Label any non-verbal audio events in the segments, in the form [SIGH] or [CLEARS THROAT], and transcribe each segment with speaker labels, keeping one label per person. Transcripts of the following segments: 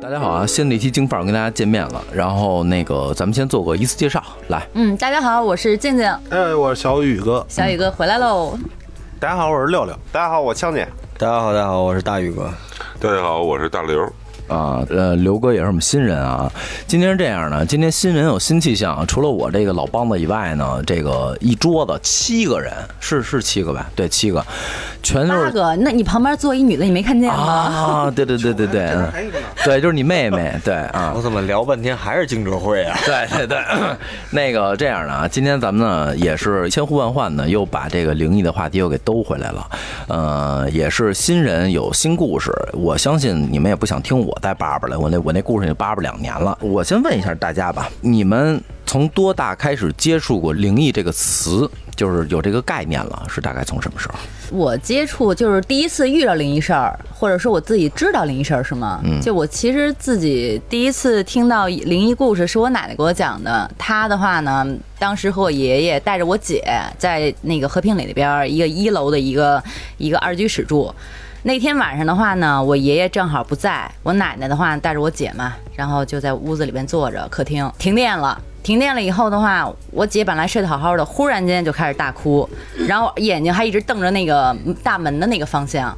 Speaker 1: 大家好啊！新的一期京范儿跟大家见面了，然后那个咱们先做个依次介绍，来，
Speaker 2: 嗯，大家好，我是静静，
Speaker 3: 哎，我是小宇哥。
Speaker 2: 小宇哥回来喽。
Speaker 3: 大家好，我是六六。
Speaker 4: 大家好，我枪姐。
Speaker 5: 大家好，大家好，我是大宇哥。
Speaker 6: 大家好，我是大刘。
Speaker 1: 啊，呃，刘哥也是我们新人啊。今天是这样的，今天新人有新气象，除了我这个老梆子以外呢，这个一桌子七个人，是是七个吧？对，七个，全都
Speaker 2: 八
Speaker 1: 是。
Speaker 2: 哥，那你旁边坐一女的，你没看见吗？
Speaker 1: 嗯啊，对对对对对，嗯
Speaker 3: 还有呢
Speaker 1: 对，就是你妹妹，对啊
Speaker 5: 我，怎么聊半天还是经哲会啊？
Speaker 1: 对 [LAUGHS] 对 [COUGHS] 对，那个这样的啊，今天咱们呢也是千呼万唤呢，又把这个灵异的话题又给兜回来了。呃，也是新人有新故事，我相信你们也不想听我再叭叭了，我那我那故事也叭叭两年了。我先问一下大家吧，你们从多大开始接触过灵异这个词，就是有这个概念了，是大概从什么时候？
Speaker 2: 我接触就是第一次遇到灵异事儿，或者说我自己知道灵异事儿是吗？就我其实自己第一次听到灵异故事是我奶奶给我讲的，她的话呢，当时和我爷爷带着我姐在那个和平里那边儿一个一楼的一个一个二居室住。那天晚上的话呢，我爷爷正好不在，我奶奶的话带着我姐嘛，然后就在屋子里边坐着，客厅停电了。停电了以后的话，我姐本来睡得好好的，忽然间就开始大哭，然后眼睛还一直瞪着那个大门的那个方向。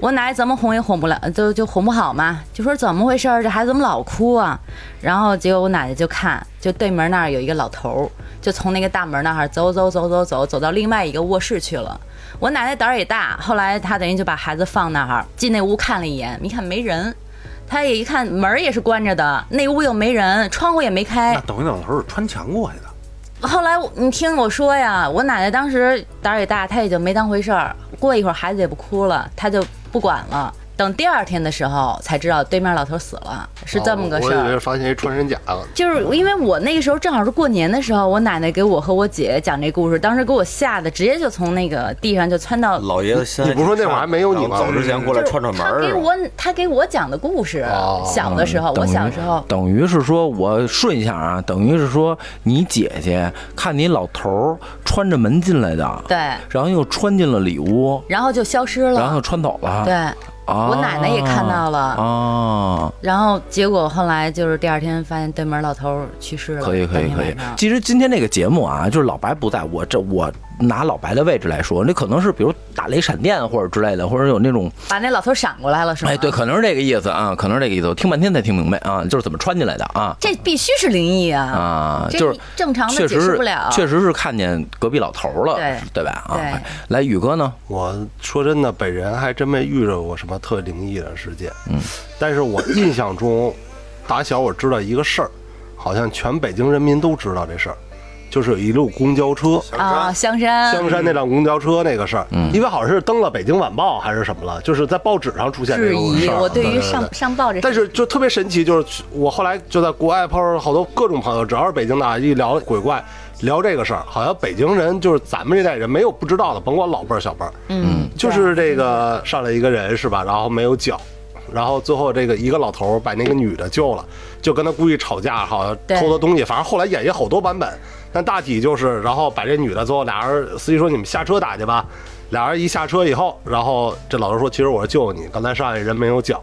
Speaker 2: 我奶奶怎么哄也哄不了，就就哄不好嘛，就说怎么回事儿，这孩子怎么老哭啊？然后结果我奶奶就看，就对门那儿有一个老头儿，就从那个大门那儿走走走走走，走到另外一个卧室去了。我奶奶胆儿也大，后来她等于就把孩子放那儿，进那屋看了一眼，一看没人，她也一看门儿也是关着的，那屋又没人，窗户也没开
Speaker 7: 哎
Speaker 3: 那。等于老头是穿墙过去的，
Speaker 2: 后来我你听我说呀，我奶奶当时胆儿也大，她也就没当回事儿。过一会儿孩子也不哭了，她就不管了。等第二天的时候才知道对面老头死了，是这么个事儿。
Speaker 4: 我以为发现一穿山甲了。
Speaker 2: 就是因为我那个时候正好是过年的时候，我奶奶给我和我姐讲这故事，当时给我吓得直接就从那个地上就窜到。
Speaker 5: 老爷子现在
Speaker 4: 你不是说那会儿还没有你吗
Speaker 5: 走之前过来串串门
Speaker 2: 他
Speaker 5: 儿
Speaker 2: 给
Speaker 5: 是吧，
Speaker 2: 我他给我讲的故事，
Speaker 4: 哦
Speaker 2: 小的时候，我
Speaker 1: 等于
Speaker 2: 小时候，
Speaker 1: 等于是说，我顺一下啊，等于是说，你姐姐看你老头儿穿着门进来的，
Speaker 2: 对
Speaker 1: 然后又穿进了里屋，
Speaker 2: 然后就消失
Speaker 1: 然后
Speaker 2: 了。
Speaker 1: 穿走了。
Speaker 2: 对，
Speaker 1: 啊，
Speaker 2: 我奶奶也看到了
Speaker 1: 啊。
Speaker 2: 然后结果后来就是第二天发现对门老头儿去世了。
Speaker 1: 可以可以
Speaker 2: 当天
Speaker 1: 可以
Speaker 2: 晚上，
Speaker 1: 其实今天这个节目啊，就是老白不在，我这我拿老白的位置来说，那可能是比如打雷闪电或者之类的，或者有那种
Speaker 2: 把那老头儿闪过来了，是吗？
Speaker 1: 哎，对，可能是这个意思啊，可能是这个意思。我听半天才听明白啊，就是怎么穿进来的啊
Speaker 2: 这必须是灵异啊！
Speaker 1: 啊，
Speaker 2: 这
Speaker 1: 就是
Speaker 2: 正常的
Speaker 1: 确
Speaker 2: 解
Speaker 1: 实
Speaker 2: 释
Speaker 1: 是
Speaker 2: 不了。
Speaker 1: 确实是看见隔壁老头儿了，
Speaker 2: 对
Speaker 1: 对吧？啊，
Speaker 2: 对
Speaker 1: 来，宇哥呢？
Speaker 3: 我说真的，本人还真没遇着过什么特灵异的事件。嗯，但是我印象中，打小我知道一个事儿，好像全北京人民都知道这事儿，就是有一路公交车，
Speaker 2: 啊，香山，嗯
Speaker 3: 香山那辆公交车那个事儿，因为好像是登了《北京晚报》还是什么了，就是在报纸上出现这
Speaker 2: 质
Speaker 3: 种
Speaker 2: 疑
Speaker 3: 事儿。
Speaker 2: 我对于
Speaker 3: 对
Speaker 2: 上上报这事，
Speaker 3: 但是就特别神奇，就是我后来就在国外碰上好多各种朋友，只要是北京的啊，一聊鬼怪，聊这个事儿，好像北京人就是咱们这代人没有不知道的，甭管老辈儿小辈儿，
Speaker 2: 嗯，
Speaker 3: 就是这个上来一个人是吧，然后没有脚。然后最后这个一个老头儿把那个女的救了，就跟他故意吵架，好像
Speaker 2: 对
Speaker 3: 偷他东西，反正后来演绎好多版本，但大体就是，然后把这女的最后俩人司机说你们下车打去吧，俩人一下车以后，然后这老头说其实我是救你，刚才上来人没有脚，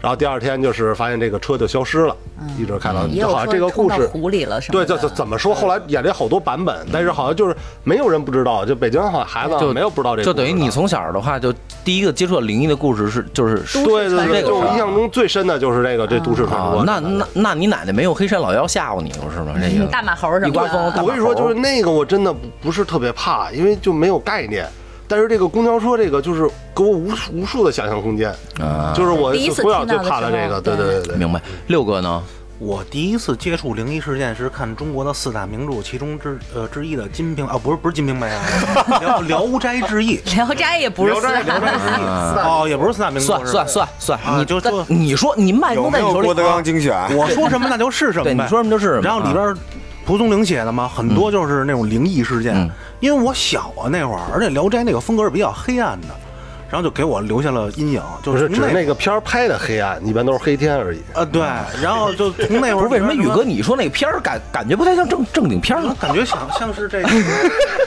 Speaker 3: 然后第二天就是发现这个车就消失了，一直开到
Speaker 2: 嗯也有
Speaker 3: 就
Speaker 2: 说
Speaker 3: 好像这个
Speaker 2: 冲
Speaker 3: 故
Speaker 2: 到
Speaker 3: 事
Speaker 2: 湖里了什么
Speaker 3: 对，
Speaker 2: 的。
Speaker 3: 这这怎么说？后来演了好多版本，但是好像就是没有人不知道，就北京好像孩子
Speaker 1: 就
Speaker 3: 没有不知道这个故事的，
Speaker 1: 就等于你从小的话，就第一个接触到灵异的故事是就是
Speaker 3: 对对
Speaker 1: 这
Speaker 3: 对，
Speaker 1: 个
Speaker 3: 就我
Speaker 1: 事儿
Speaker 3: 印象中最深的就是这个这都市传
Speaker 1: 啊
Speaker 3: 说。，
Speaker 1: 那那那你奶奶没有黑山老妖吓唬你不是吗？这个
Speaker 2: 嗯大马猴什么的
Speaker 1: 一刮风，大马
Speaker 3: 我跟你说，
Speaker 1: 猴
Speaker 3: 就是那个我真的不不是特别怕，因为就没有概念。但是这个公交车这个就是给我无数无数的想象空间，
Speaker 1: 啊，
Speaker 3: 就是我
Speaker 2: 第一次
Speaker 3: 从小
Speaker 2: 听
Speaker 3: 就
Speaker 2: 到的
Speaker 3: 怕了
Speaker 2: 时候
Speaker 3: 这个，对
Speaker 2: 对
Speaker 3: 对对对。
Speaker 1: 明白。六哥呢？
Speaker 7: 我第一次接触灵异事件是看中国的四大名著其中之呃之一的《金瓶》啊，不是不是《金瓶梅》啊， [LAUGHS] 聊《聊斋志异》
Speaker 2: 聊斋也不是四大
Speaker 7: 《聊斋志异》哦，也不是四大名著，
Speaker 1: 算
Speaker 7: 是吧
Speaker 1: 算算算，
Speaker 7: 啊
Speaker 1: 你
Speaker 7: 就
Speaker 1: 但
Speaker 7: 说
Speaker 1: 你说你脉
Speaker 5: 有
Speaker 1: 冲
Speaker 5: 没
Speaker 1: 在你
Speaker 5: 有
Speaker 1: 手里
Speaker 5: 郭，德纲精选？
Speaker 7: 我说什么那就是什么呗。
Speaker 1: 对你说什么就是什么啊
Speaker 7: 然后里边蒲松龄写的嘛，很多就是那种灵异事件。
Speaker 1: 嗯
Speaker 7: 因为我小啊那会儿，而且《聊斋》那个风格是比较黑暗的。然后就给我留下了阴影，就
Speaker 3: 不是，只是那
Speaker 7: 那
Speaker 3: 个片儿拍的黑暗，一般都是黑天而已。
Speaker 7: 呃对，然后就从那会
Speaker 1: 不
Speaker 7: 儿
Speaker 1: 是为什么宇
Speaker 7: 觉得
Speaker 1: 哥你说那个片儿感感觉不太像正正经片儿
Speaker 7: [LAUGHS]
Speaker 1: 呢？
Speaker 7: 感觉想像是这个， [LAUGHS]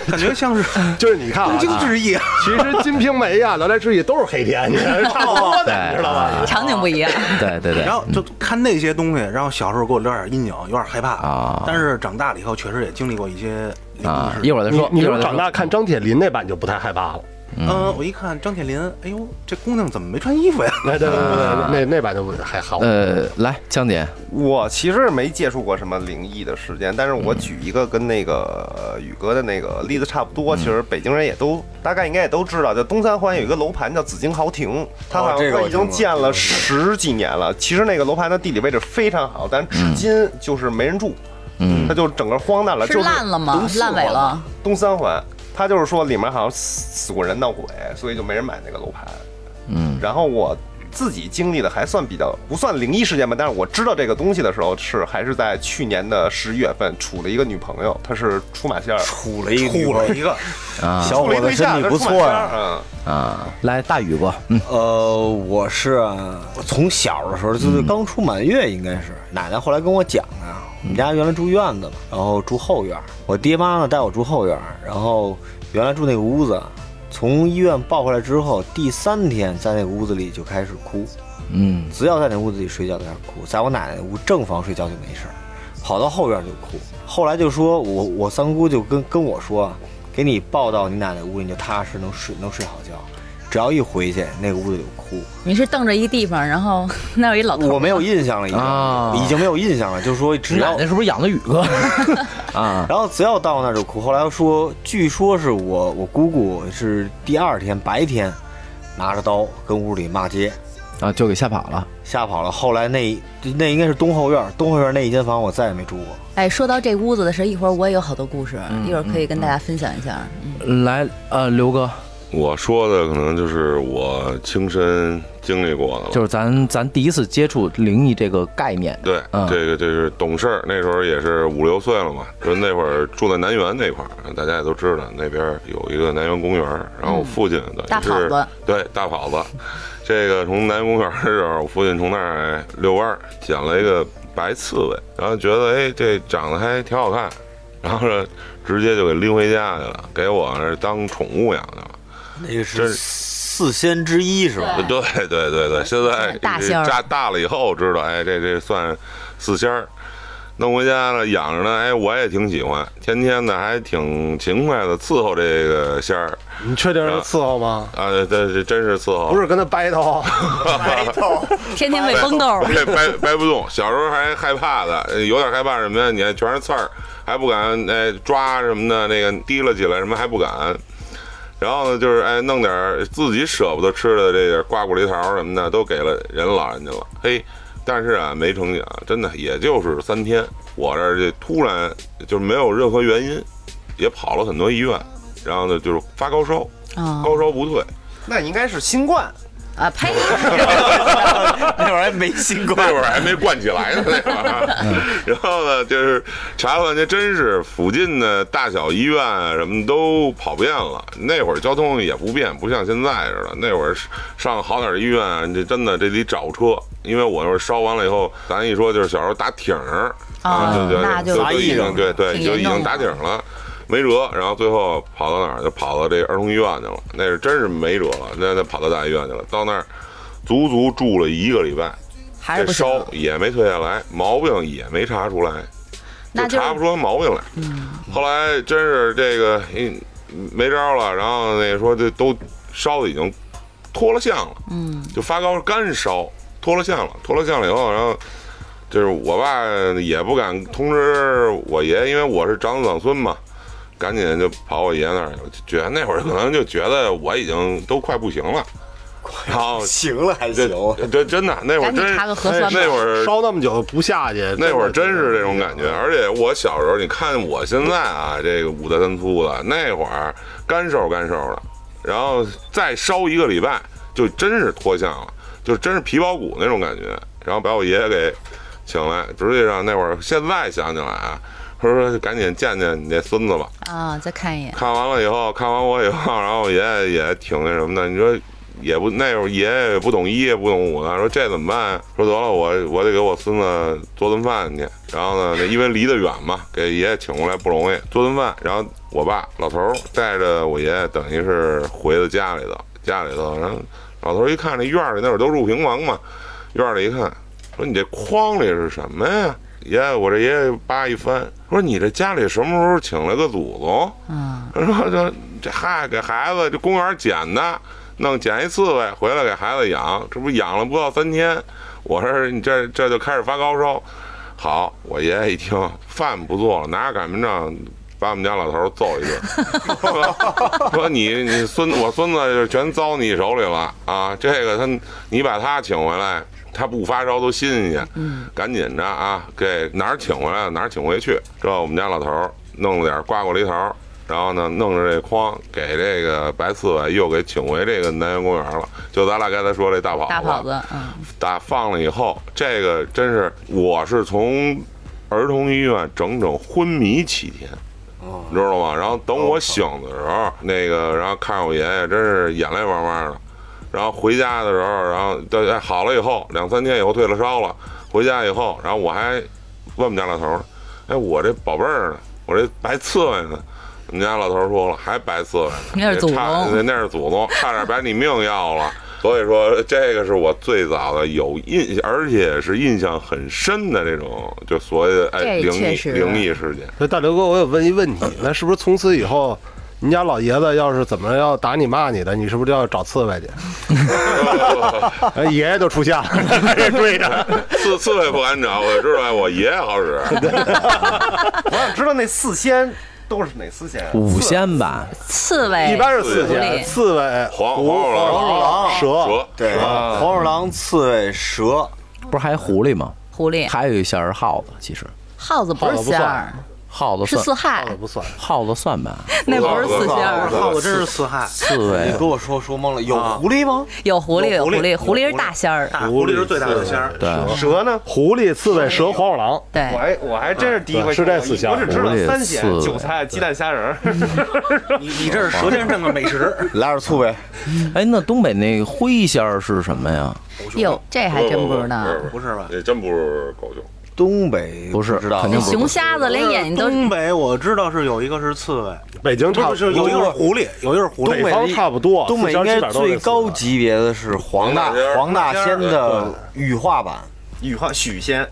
Speaker 7: 感觉像是
Speaker 3: 就是你看啊，
Speaker 7: 致意，
Speaker 3: 其实《金瓶梅》啊，《聊斋志异》都是黑天，你看是差不多的，你知道
Speaker 1: 啊
Speaker 3: 吧？
Speaker 2: 场景不一样。
Speaker 1: 对对对，
Speaker 7: 然后就看那些东西，然后小时候给我留点阴影，有点害怕
Speaker 1: 啊
Speaker 7: 但是长大了以后，确实也经历过一些灵异
Speaker 1: 啊
Speaker 7: 事，
Speaker 1: 一会儿再
Speaker 3: 你
Speaker 1: 说，
Speaker 3: 你
Speaker 1: 一会
Speaker 3: 说
Speaker 1: 儿再
Speaker 3: 长
Speaker 1: 说。
Speaker 3: 大看张铁林那版就不太害怕了，
Speaker 7: 嗯、我一看张铁林，哎呦，这姑娘怎么没穿
Speaker 1: [LAUGHS]
Speaker 7: 衣服呀？
Speaker 3: 那对对对对，那那版就还好。
Speaker 1: 呃，来，江姐，
Speaker 4: 我其实没接触过什么灵异的事件，但是
Speaker 5: 嗯
Speaker 4: 我举一个跟那个呃宇哥的那个例子差不多，其实北京人也都大概应该也都知道，就东三环有一个楼盘叫紫金豪庭，它
Speaker 5: 哦
Speaker 4: 好
Speaker 5: 这
Speaker 4: 像
Speaker 5: 个
Speaker 4: 它
Speaker 5: 我
Speaker 4: 已经
Speaker 5: 听过
Speaker 4: 建了十几年了。其实那个楼盘的地理位置非常好，但至今就是没人住，
Speaker 1: 嗯
Speaker 4: 它就整个荒诞了，
Speaker 2: 是
Speaker 4: 就是
Speaker 2: 烂了吗
Speaker 4: 东四
Speaker 2: 烂尾
Speaker 4: 环
Speaker 2: 了？
Speaker 4: 东三环，它就是说里面好像死死过人闹鬼，所以就没人买那个楼盘。
Speaker 1: 嗯，
Speaker 4: 然后我自己经历的还算比较不算灵异事件吧，但是我知道这个东西的时候是还是在去年的十一月份处了一个女朋友，她是出马仙儿，
Speaker 5: 吐了一
Speaker 7: 吐了一
Speaker 1: [LAUGHS]
Speaker 7: 个，
Speaker 1: 啊
Speaker 5: 小
Speaker 4: 处
Speaker 5: 伙
Speaker 4: 了一
Speaker 5: 子
Speaker 4: 对
Speaker 5: 身
Speaker 4: 象，
Speaker 5: 体
Speaker 4: 她
Speaker 5: 不
Speaker 4: 是出马
Speaker 5: 错
Speaker 4: 仙
Speaker 5: 呀
Speaker 4: 儿，。嗯，
Speaker 1: 啊，来大宇哥，嗯
Speaker 5: 呃，我是啊从小的时候就是刚出满月，应该是、奶奶后来跟我讲的、我们家原来住院子嘛，然后住后院儿，我爹妈呢带我住后院儿，然后原来住那个屋子，从医院抱回来之后，第三天在那个屋子里就开始哭，
Speaker 1: 嗯
Speaker 5: 只要在那屋子里睡觉，在那儿哭，在我奶奶那屋正房睡觉就没事儿，跑到后院就哭。后来就说我我三姑就跟跟我说，给你抱到你奶奶屋，你就踏实能睡能睡好觉。只要一回去，那个屋子就哭。
Speaker 2: [LAUGHS] 你是瞪着一地方，然后 [LAUGHS] 那有一老头儿，
Speaker 5: 我没有印象了，已经、
Speaker 1: 啊
Speaker 5: 已经没有印象了。就是说只
Speaker 1: 奶
Speaker 5: 要
Speaker 1: 奶是不是养的宇哥 [LAUGHS] 啊？
Speaker 5: 然后只要到那儿就哭。后来说，据说是我我姑姑是第二天白天拿着刀跟屋里骂街，
Speaker 1: 啊，就给吓跑了。
Speaker 5: 吓跑了。后来那那应该是东后院，东后院那一间房我再也没住过。
Speaker 2: 哎，说到这屋子的事儿，一会儿我也有好多故事，一会儿可以跟大家分享一下。
Speaker 1: 来，呃，刘哥，
Speaker 6: 我说的可能就是我亲身经历过的了。
Speaker 1: 就是咱咱第一次接触灵异这个概念，
Speaker 6: 对，
Speaker 1: 嗯
Speaker 6: 这个就是懂事儿，那时候也是五六岁了嘛。就那会儿住在南园那块儿，大家也都知道，那边有一个南园公园儿。然后我父亲等
Speaker 2: 大
Speaker 6: 于
Speaker 2: 跑
Speaker 6: 是、
Speaker 2: 子
Speaker 6: 对大跑子，这个从南园公园儿的时候，我父亲从那儿遛弯儿捡了一个白刺猬，然后觉得哎这长得还挺好看，然后呢直接就给拎回家去了，给我是当宠物养去了。
Speaker 5: 那个是
Speaker 6: 真是
Speaker 5: 四仙之一是吧？
Speaker 6: [LAUGHS] 对对对对，现在
Speaker 2: 啊大仙儿
Speaker 6: 大大了以后知道，哎，这这算四仙儿。弄回家了，养着呢，哎，我也挺喜欢，天天的还挺勤快的伺候这个仙儿
Speaker 3: 你确定是伺候吗？
Speaker 6: 啊，这这真是伺候，
Speaker 3: 不是跟他 battle，
Speaker 2: 天天喂崩豆儿，
Speaker 6: [LAUGHS] 掰掰掰不动，小时候还害怕的，呃有点害怕什么呀？你还全是刺儿，还不敢哎抓什么的，那个提了起来什么还不敢。然后呢，就是哎弄点儿自己舍不得吃的这个瓜果梨桃什么的，都给了人老人家了。嘿，但是啊，没成想，真的也就是三天，我这儿这突然就没有任何原因，也跑了很多医院，然后呢就是发高烧，
Speaker 2: 啊
Speaker 6: 高烧不退。
Speaker 4: 那应该是新冠，
Speaker 2: 啊呸！
Speaker 5: 那会儿还没新冠
Speaker 6: 那会儿还没灌起来呢，
Speaker 2: [LAUGHS]
Speaker 6: 那会儿。然后呢，就是查了半天，真是附近的大小医院啊什么都跑遍了。那会儿交通也不便，不像现在似的。那会儿上好点儿医院，这真的这得找车，因为我那会儿烧完了以后，咱一说就是小时候打挺儿
Speaker 2: 啊
Speaker 6: 对
Speaker 2: 那
Speaker 6: 对，
Speaker 2: 就
Speaker 6: 都已经对对，
Speaker 2: 挺
Speaker 6: 就
Speaker 2: 严
Speaker 6: 已
Speaker 2: 重
Speaker 6: 经
Speaker 2: 的
Speaker 6: 打挺了。没辙，然后最后跑到哪儿就跑到这儿童医院去了，那是真是没辙了，那那跑到大医院去了，到那儿足足住了一个礼拜，
Speaker 2: [LAUGHS] 还是
Speaker 6: 这
Speaker 2: 不行，
Speaker 6: 烧也没退下来，毛病也没查出来，
Speaker 2: 那就
Speaker 6: 查不
Speaker 2: 是嗯
Speaker 6: 出来毛病来。后来真是这个嗯没招了，然后那个说这都烧的已经脱了相了，
Speaker 2: 嗯，
Speaker 6: 就发高干烧，脱了相了，脱了相了以后，然后就是我爸也不敢通知我爷，因为我是长子长孙嘛。赶紧就跑我爷那儿去了，就觉得那会儿可能就觉得我已经都快不行了，然后
Speaker 5: 行了还
Speaker 6: 这
Speaker 5: 行，啊
Speaker 6: 这真的那会儿
Speaker 2: 赶紧
Speaker 6: 真
Speaker 2: 查个核酸吧
Speaker 6: 那会
Speaker 3: [LAUGHS]
Speaker 6: 儿
Speaker 3: 烧那么久不下去，
Speaker 6: 那会儿真是这种感觉，而且我小时候，你看我现在啊，这个五大三粗的，那会儿干瘦干瘦的，然后再烧一个礼拜，就真是脱相了，就真是皮包骨那种感觉。然后把我爷爷给请来，实际上那会儿现在想起来啊，他说赶紧见见你那孙子吧。
Speaker 2: 啊，再看一眼，
Speaker 6: 看完了以后，看完我以后，然后我爷爷也挺那什么的，你说也不那会儿爷爷也不懂医也不懂武呢，说这怎么办呀？说得了，我我得给我孙子做顿饭去。然后呢，那因为离得远嘛，给爷爷请过来不容易，做顿饭。然后我爸老头儿带着我爷爷，等于是回到家里头，家里头，然后老头儿一看这院儿里那会儿都住平房嘛，院儿里一看，说你这筐里是什么呀？爷爷，我这爷爷扒一翻，说你这家里什么时候请了个祖宗？
Speaker 2: 嗯，
Speaker 6: [LAUGHS] 说这这嗨，给孩子这公园捡的，弄捡一刺猬回来给孩子养，这不养了不到三天，我说你这这就开始发高烧。好，我爷爷一听饭不做了，拿着擀面杖把我们家老头儿揍一顿， [LAUGHS] 说说你你孙我孙子就全糟你手里了啊！这个他你把他请回来，他不发烧都新鲜，
Speaker 2: 嗯
Speaker 6: 赶紧着啊，给哪儿请回来哪儿请回去。这我们家老头儿弄了点瓜果梨桃儿，然后呢弄着这筐给这个白刺猬又给请回这个南园公园了。就咱俩刚才说这大跑
Speaker 2: 大跑子，嗯，
Speaker 6: 打放了以后，这个真是我是从儿童医院整整昏迷七天。你知道吗？然后等我醒的时候，那个，然后看着我爷爷，真是眼泪汪汪的。然后回家的时候，然后到哎好了以后，两三天以后退了烧了，回家以后，然后我还问我们家老头儿，哎，我这宝贝儿呢？我这白刺猬呢？我们家老头儿说了，还白刺猬呢，
Speaker 2: 那是祖宗
Speaker 6: 差那那是祖宗， [LAUGHS] 差点把你命要了。所以说，这个是我最早的有印，而且是印象很深的这种，就所谓的哎
Speaker 2: 这
Speaker 6: 灵
Speaker 2: 确
Speaker 6: 异
Speaker 2: 实
Speaker 6: 灵异事件。
Speaker 3: 那大刘哥，我有问一
Speaker 4: [CLEARS THROAT]
Speaker 3: 问题，那是不是从此以后，你家老爷子要是怎么要打你骂你的，你是不是就要找刺猬去？哎爷爷就出现了，开始追着。
Speaker 6: 刺刺猬不敢找，我知道我爷爷好使。
Speaker 4: 我想知道那四仙都是哪四仙啊？
Speaker 1: 五仙吧，
Speaker 2: 刺猬
Speaker 3: 一般是四
Speaker 2: 哎狐狸
Speaker 3: 仙，刺猬、
Speaker 6: 黄
Speaker 3: 狐
Speaker 6: 黄鼠
Speaker 3: 黄鼠
Speaker 6: 狼
Speaker 3: 狼、蛇
Speaker 6: 蛇。
Speaker 5: 对，黄鼠狼、刺猬、蛇，
Speaker 1: 不是还有狐狸吗？
Speaker 2: 狐狸，
Speaker 1: 还有一项是耗子，其实
Speaker 2: 耗子不是仙儿，
Speaker 1: 耗子
Speaker 2: 是四
Speaker 1: 算
Speaker 2: 害
Speaker 3: 耗，子不算，
Speaker 1: 耗子算吧， [LAUGHS]
Speaker 2: 那不是四仙儿，
Speaker 7: 耗子真是四害，啊
Speaker 1: 刺猬
Speaker 5: 你。跟我说说懵了，有狐狸吗？
Speaker 2: 有狐狸，
Speaker 7: 有狐
Speaker 2: 狐
Speaker 7: 狸
Speaker 2: 狸，
Speaker 7: 有
Speaker 2: 狐狸是
Speaker 7: 狐狸
Speaker 2: 大仙儿，啊
Speaker 7: 大狐狸是最大的仙儿。
Speaker 1: 对，
Speaker 4: 蛇呢？
Speaker 3: 狐狸、刺猬、蛇、黄鼠狼。
Speaker 2: 对
Speaker 4: 我，还我还真是第一回
Speaker 3: 对是这
Speaker 4: 听
Speaker 3: 四仙
Speaker 4: 我只知道三
Speaker 1: 狐
Speaker 4: 鲜：
Speaker 1: 狸刺
Speaker 4: 韭菜、鸡蛋、虾
Speaker 5: [LAUGHS]
Speaker 4: 仁儿。 [LAUGHS]
Speaker 7: 你你这是舌尖上的美食，
Speaker 5: 来点醋呗。
Speaker 1: 哎，那东北那灰仙儿是什么呀？
Speaker 2: 哟，这还真不知道。
Speaker 7: 不是吧？
Speaker 6: 这真不是狗熊，
Speaker 5: 东北
Speaker 1: 不是
Speaker 5: 知道
Speaker 1: 肯定不是
Speaker 2: 熊瞎子连眼睛都
Speaker 7: 东北我知道是有一个是刺猬，
Speaker 3: 北京差
Speaker 7: 不
Speaker 3: 不
Speaker 7: 是是有一个是狐狸，有一个是狐
Speaker 5: 东
Speaker 7: 狸
Speaker 5: 北。
Speaker 3: 北方差不多
Speaker 5: 东北应该最高级别的是黄大
Speaker 6: 四仙儿
Speaker 5: 黄大仙的羽化版，
Speaker 4: 羽化许仙，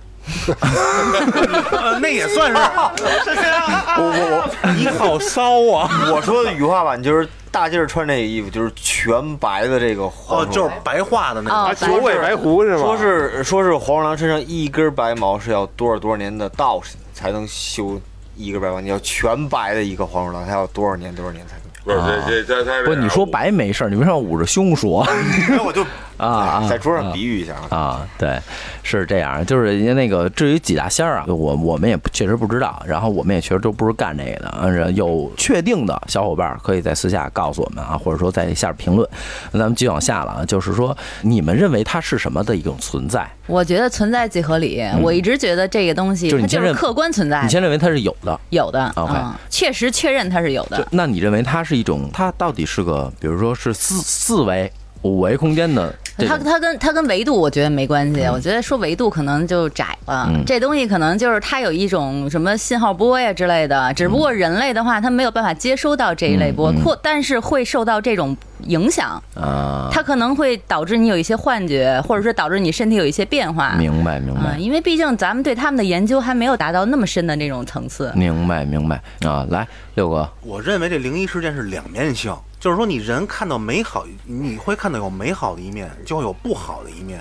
Speaker 7: 呃那也算
Speaker 1: 哦
Speaker 7: 是
Speaker 5: 我我
Speaker 7: 你好骚啊！
Speaker 5: 我我说的羽化版就是大劲儿穿这个衣服，就是全白的这个
Speaker 7: 哦，
Speaker 5: 黄鼠
Speaker 7: 就
Speaker 5: 狼，
Speaker 7: 是白化的
Speaker 2: 哦
Speaker 7: 那个。
Speaker 3: [LAUGHS] 啊，九尾白狐是吗？
Speaker 5: 说是说是黄鼠狼身上一根白毛是要多少多少年的道士才能修一根白毛，你要全白的一个黄鼠狼，它要多少年多少年才能？
Speaker 6: 不是这这这
Speaker 5: 啊
Speaker 6: 它是
Speaker 1: 不，你说白没事儿，你为啥捂着胸说 [LAUGHS]
Speaker 5: [LAUGHS] 那我就
Speaker 1: 啊啊？
Speaker 5: 在桌上比喻一下啊，
Speaker 1: 啊，对，是这样，就是因为那个至于几大仙儿啊，我我们也不确实不知道，然后我们也确实都不是干这个的，嗯，然后有确定的小伙伴儿可以在私下告诉我们啊，或者说在下边评论，那咱们继续往下了啊，就是说你们认为它是什么的一种存在？
Speaker 2: 我觉得存在即合理，我一直觉得这个东西
Speaker 1: 嗯就是
Speaker 2: 它
Speaker 1: 你先
Speaker 2: 就是
Speaker 1: 认
Speaker 2: 客观存在
Speaker 1: 你，先认为它是有的，
Speaker 2: 有的，
Speaker 1: OK
Speaker 2: 嗯，确实确认它是有
Speaker 1: 就
Speaker 2: 的，
Speaker 1: 那你认为它是一种，它到底是个，比如说是四四维、五维空间的这
Speaker 2: 它
Speaker 1: 种嗯
Speaker 2: 它跟它跟维度我觉得没关系，我觉得说维度可能就窄了，这东西可能就是它有一种什么信号波呀之类的，只不过人类的话，它没有办法接收到这一类波，或但是会受到这种影响，
Speaker 1: 嗯啊？
Speaker 2: 它可能会导致你有一些幻觉，或者说导致你身体有一些变化。
Speaker 1: 明白，明
Speaker 2: 啊、
Speaker 1: 白。
Speaker 2: 因为毕竟咱们对他们的研究还没有达到那么深的那种层次。
Speaker 1: 明白明白啊！来，六哥，
Speaker 7: 我认为这灵异事件是两面性，就是说你人看到美好，你会看到有美好的一面，就会有不好的一面。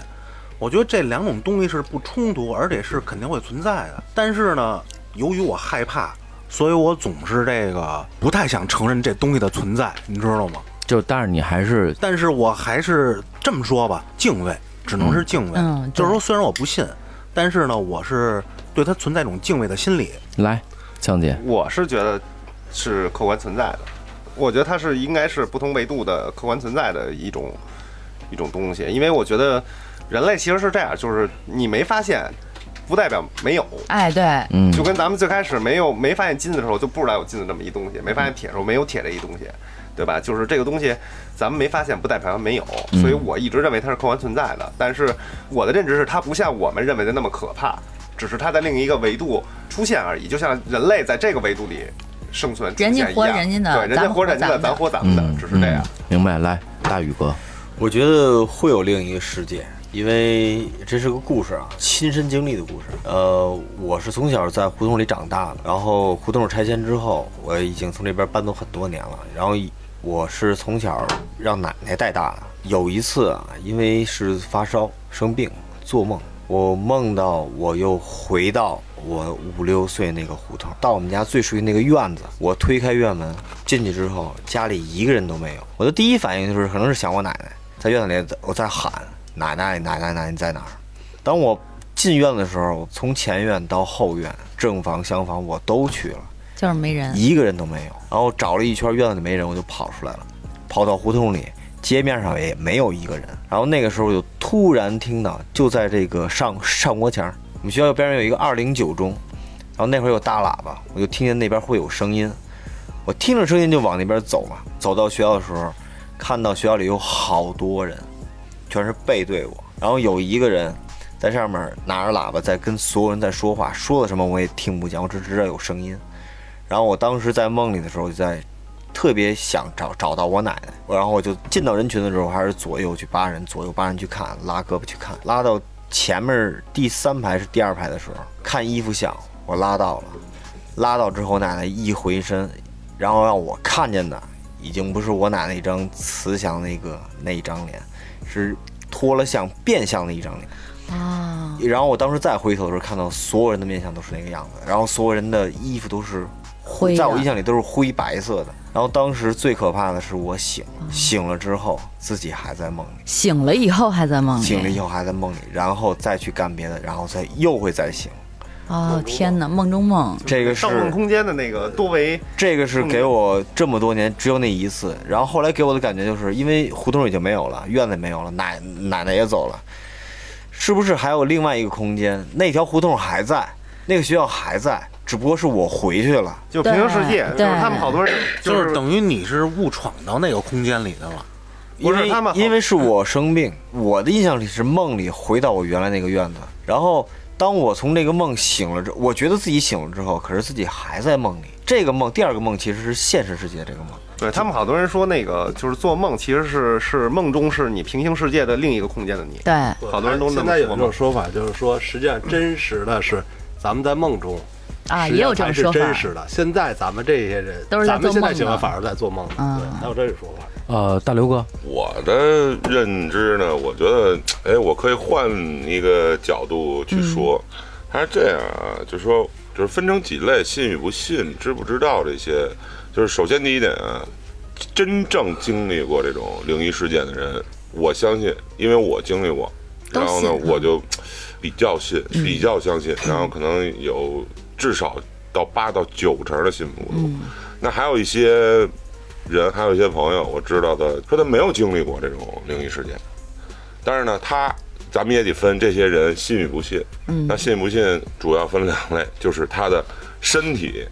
Speaker 7: 我觉得这两种东西是不冲突，而且是肯定会存在的。但是呢，由于我害怕，所以我总是这个不太想承认这东西的存在，你知道吗？
Speaker 1: 就但是你还是
Speaker 7: 但是我还是这么说吧，敬畏，只能是敬畏。
Speaker 2: 嗯嗯
Speaker 7: 就是说虽然我不信，但是呢，我是对它存在一种敬畏的心理。
Speaker 1: 来，江姐，
Speaker 4: 我是觉得是客观存在的，我觉得它是应该是不同维度的客观存在的一种一种东西，因为我觉得人类其实是这样，就是你没发现，不代表没有。
Speaker 2: 哎，对，
Speaker 1: 嗯
Speaker 4: 就跟咱们最开始没有没发现金子的时候，就不知道有金子这么一东西；没发现铁的时候，没有铁这一东西。对吧？就是这个东西，咱们没发现不代表它没有，所以我一直认为它是客观存在的。但是我的认知是，它不像我们认为的那么可怕，只是它在另一个维度出现而已，就像人类在这个维度里生存出现
Speaker 2: 人
Speaker 4: 一
Speaker 2: 家
Speaker 4: 样。
Speaker 2: 活人家的
Speaker 4: 对，人家
Speaker 2: 咱
Speaker 4: 活
Speaker 2: 活
Speaker 4: 人家的，
Speaker 2: 咱
Speaker 4: 咱
Speaker 2: 的
Speaker 4: 活咱们的，只是这样。
Speaker 1: 嗯明白，来，大宇哥，
Speaker 5: 我觉得会有另一个世界，因为这是个故事啊，亲身经历的故事。呃，我是从小在胡同里长大的，然后胡同拆迁之后，我已经从这边搬走很多年了。然后我是从小让奶奶带大的。有一次啊，因为是发烧生病，做梦，我梦到我又回到我五六岁那个胡同，到我们家最熟悉那个院子。我推开院门进去之后，家里一个人都没有。我的第一反应就是可能是想我奶奶，在院子里我在喊奶奶奶奶奶奶你在哪儿？当我进院子的时候，从前院到后院，正房厢房我都去了。
Speaker 2: 就是没人。
Speaker 5: 一个人都没有。然后找了一圈院子里没人，我就跑出来了，跑到胡同里，街面上也没有一个人。然后那个时候我就突然听到，就在这个上上国桥，我们学校边上有一个二零九中，然后那会儿有大喇叭，我就听见那边会有声音，我听着声音就往那边走嘛。走到学校的时候，看到学校里有好多人，全是背对我，然后有一个人在上面拿着喇叭在跟所有人在说话，说的什么我也听不见，我只知道有声音。然后我当时在梦里的时候，就在特别想找找到我奶奶，然后我就进到人群的时候，还是左右去扒人，左右扒人去看，拉胳膊去看，拉到前面第三排是第二排的时候，看衣服像，我拉到了，拉到之后奶奶一回身，然后让我看见的已经不是我奶奶一张慈祥那个那一张脸，是脱了相变相的一张脸。
Speaker 2: 啊，
Speaker 5: 然后我当时再回头的时候，看到所有人的面相都是那个样子，然后所有人的衣服都是
Speaker 2: 灰
Speaker 5: 在我
Speaker 2: 的
Speaker 5: 印象里都是灰白色的。然后当时最可怕的是我醒了，
Speaker 2: 嗯
Speaker 5: 醒了之后自己还在梦里，
Speaker 2: 醒了以后还在梦里。
Speaker 5: 醒了以后还在梦里，然后再去干别的，然后再又会再醒。
Speaker 2: 哦，天哪，梦中梦。
Speaker 5: 这个
Speaker 4: 《盗梦
Speaker 5: 是
Speaker 4: 空间》的那个多维，
Speaker 5: 这个是给我这么多年只有那一次。然后后来给我的感觉就是因为胡同已经没有了，院子也没有了，奶奶奶也走了，是不是还有另外一个空间？那条胡同还在，那个学校还在，只不过是我回去了。
Speaker 4: 就平行世界，就
Speaker 2: 对
Speaker 4: 是他们好多人
Speaker 7: 就
Speaker 4: 就是
Speaker 7: 是等于你是误闯到那个空间里的了。
Speaker 5: 因
Speaker 4: 不是
Speaker 5: 为
Speaker 4: 他们好
Speaker 5: 因为是我生病，我的印象里是梦里回到我原来那个院子，然后当我从这个梦醒了之，我觉得自己醒了之后，可是自己还在梦里。这个梦，第二个梦其实是现实世界这个梦，
Speaker 4: 对他们好多人说那个就是做梦，其实是是梦中是你平行世界的另一个空间的你。
Speaker 2: 对，啊
Speaker 4: 好多人都那么
Speaker 3: 现在有
Speaker 4: 说
Speaker 3: 一
Speaker 4: 嘛
Speaker 3: 种说法，就是说实际上真实的是咱们在梦中
Speaker 2: 啊
Speaker 3: 实际
Speaker 2: 也有
Speaker 3: 上才
Speaker 2: 这种
Speaker 3: 是
Speaker 2: 说法
Speaker 3: 真实的。现在咱们这些人
Speaker 2: 都是在
Speaker 3: 咱们
Speaker 2: 做
Speaker 3: 现在
Speaker 2: 梦
Speaker 3: 喜欢
Speaker 2: 的
Speaker 3: 反而在做梦呢，
Speaker 2: 嗯
Speaker 3: 对，还有这种说法。
Speaker 1: 呃，大刘哥，
Speaker 6: 我的认知呢，我觉得，哎，我可以换一个角度去说，
Speaker 2: 嗯
Speaker 6: 它是这样啊，就是说，就是分成几类，信与不信，知不知道这些，就是首先第一点啊，真正经历过这种灵异事件的人，我相信，因为我经历过，
Speaker 2: 都
Speaker 6: 然后呢，
Speaker 2: 信嗯
Speaker 6: 我就比较信，比较相信，然后可能有至少到八到九成的信服度。
Speaker 2: 嗯
Speaker 6: 那还有一些人，还有一些朋友，我知道的，说他没有经历过这种灵异事件，但是呢，他咱们也得分这些人信与不信。嗯，那信与不信主要分两类，就是他的身体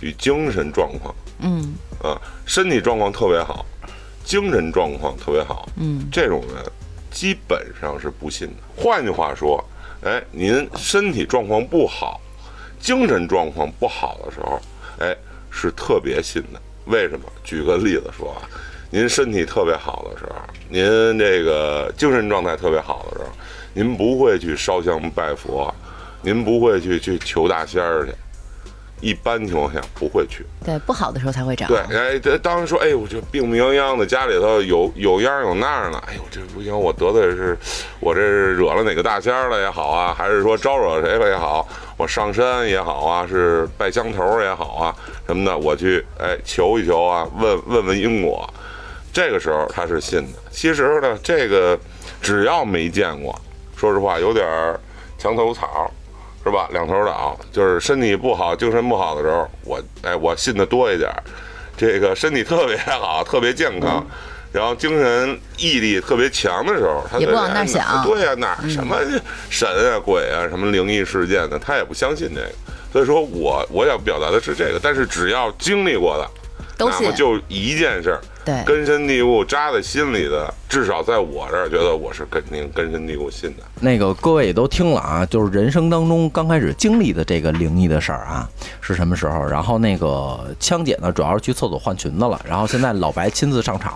Speaker 6: 与精神状况。
Speaker 2: 嗯，
Speaker 6: 啊，身体状况特别好，精神状况特别好，嗯，这种人基本上是不信的。换句话说，哎，您身体状况不好，精神状况不好的时候，哎，是特别信的。为什么？举个例子说啊，您身体特别好的时候，您这个精神状态特别好的时候，您不会去烧香拜佛，您不会去去求大仙儿去，一般情况下不会去。
Speaker 2: 对，不好的时候才会长。
Speaker 6: 对，哎，这当时说，哎，我这病病殃殃的，家里头有有样儿有那样儿的，哎呦，这不行，我得罪是，我这是惹了哪个大仙儿了也好啊，还是说招惹谁了也好，我上山也好啊，是拜香头儿也好啊，什么的，我去哎求一求啊，问问问因果。这个时候他是信的。其实呢，这个只要没见过，说实话有点儿墙头草，是吧？两头倒，就是身体不好、精神不好的时候，我哎我信的多一点儿。这个身体特别好，特别健康，然后精神毅力特别强的时候，他
Speaker 2: 也不
Speaker 6: 对
Speaker 2: 往那儿
Speaker 6: 哎
Speaker 2: 想嗯
Speaker 6: 对呀、哪儿什么神啊、鬼啊、什么灵异事件的，他也不相信这个。所以说我我想表达的是这个，但是只要经历过的，
Speaker 2: 都
Speaker 6: 哪
Speaker 2: 信
Speaker 6: 怕就一件事儿，
Speaker 2: 对
Speaker 6: 根深蒂固扎在心里的，至少在我这儿觉得我是肯定根深蒂固信的。
Speaker 1: 那个各位也都听了啊，就是人生当中刚开始经历的这个灵异的事儿啊，是什么时候？然后那个枪姐呢，主要是去厕所换裙子了，然后现在老白亲自上场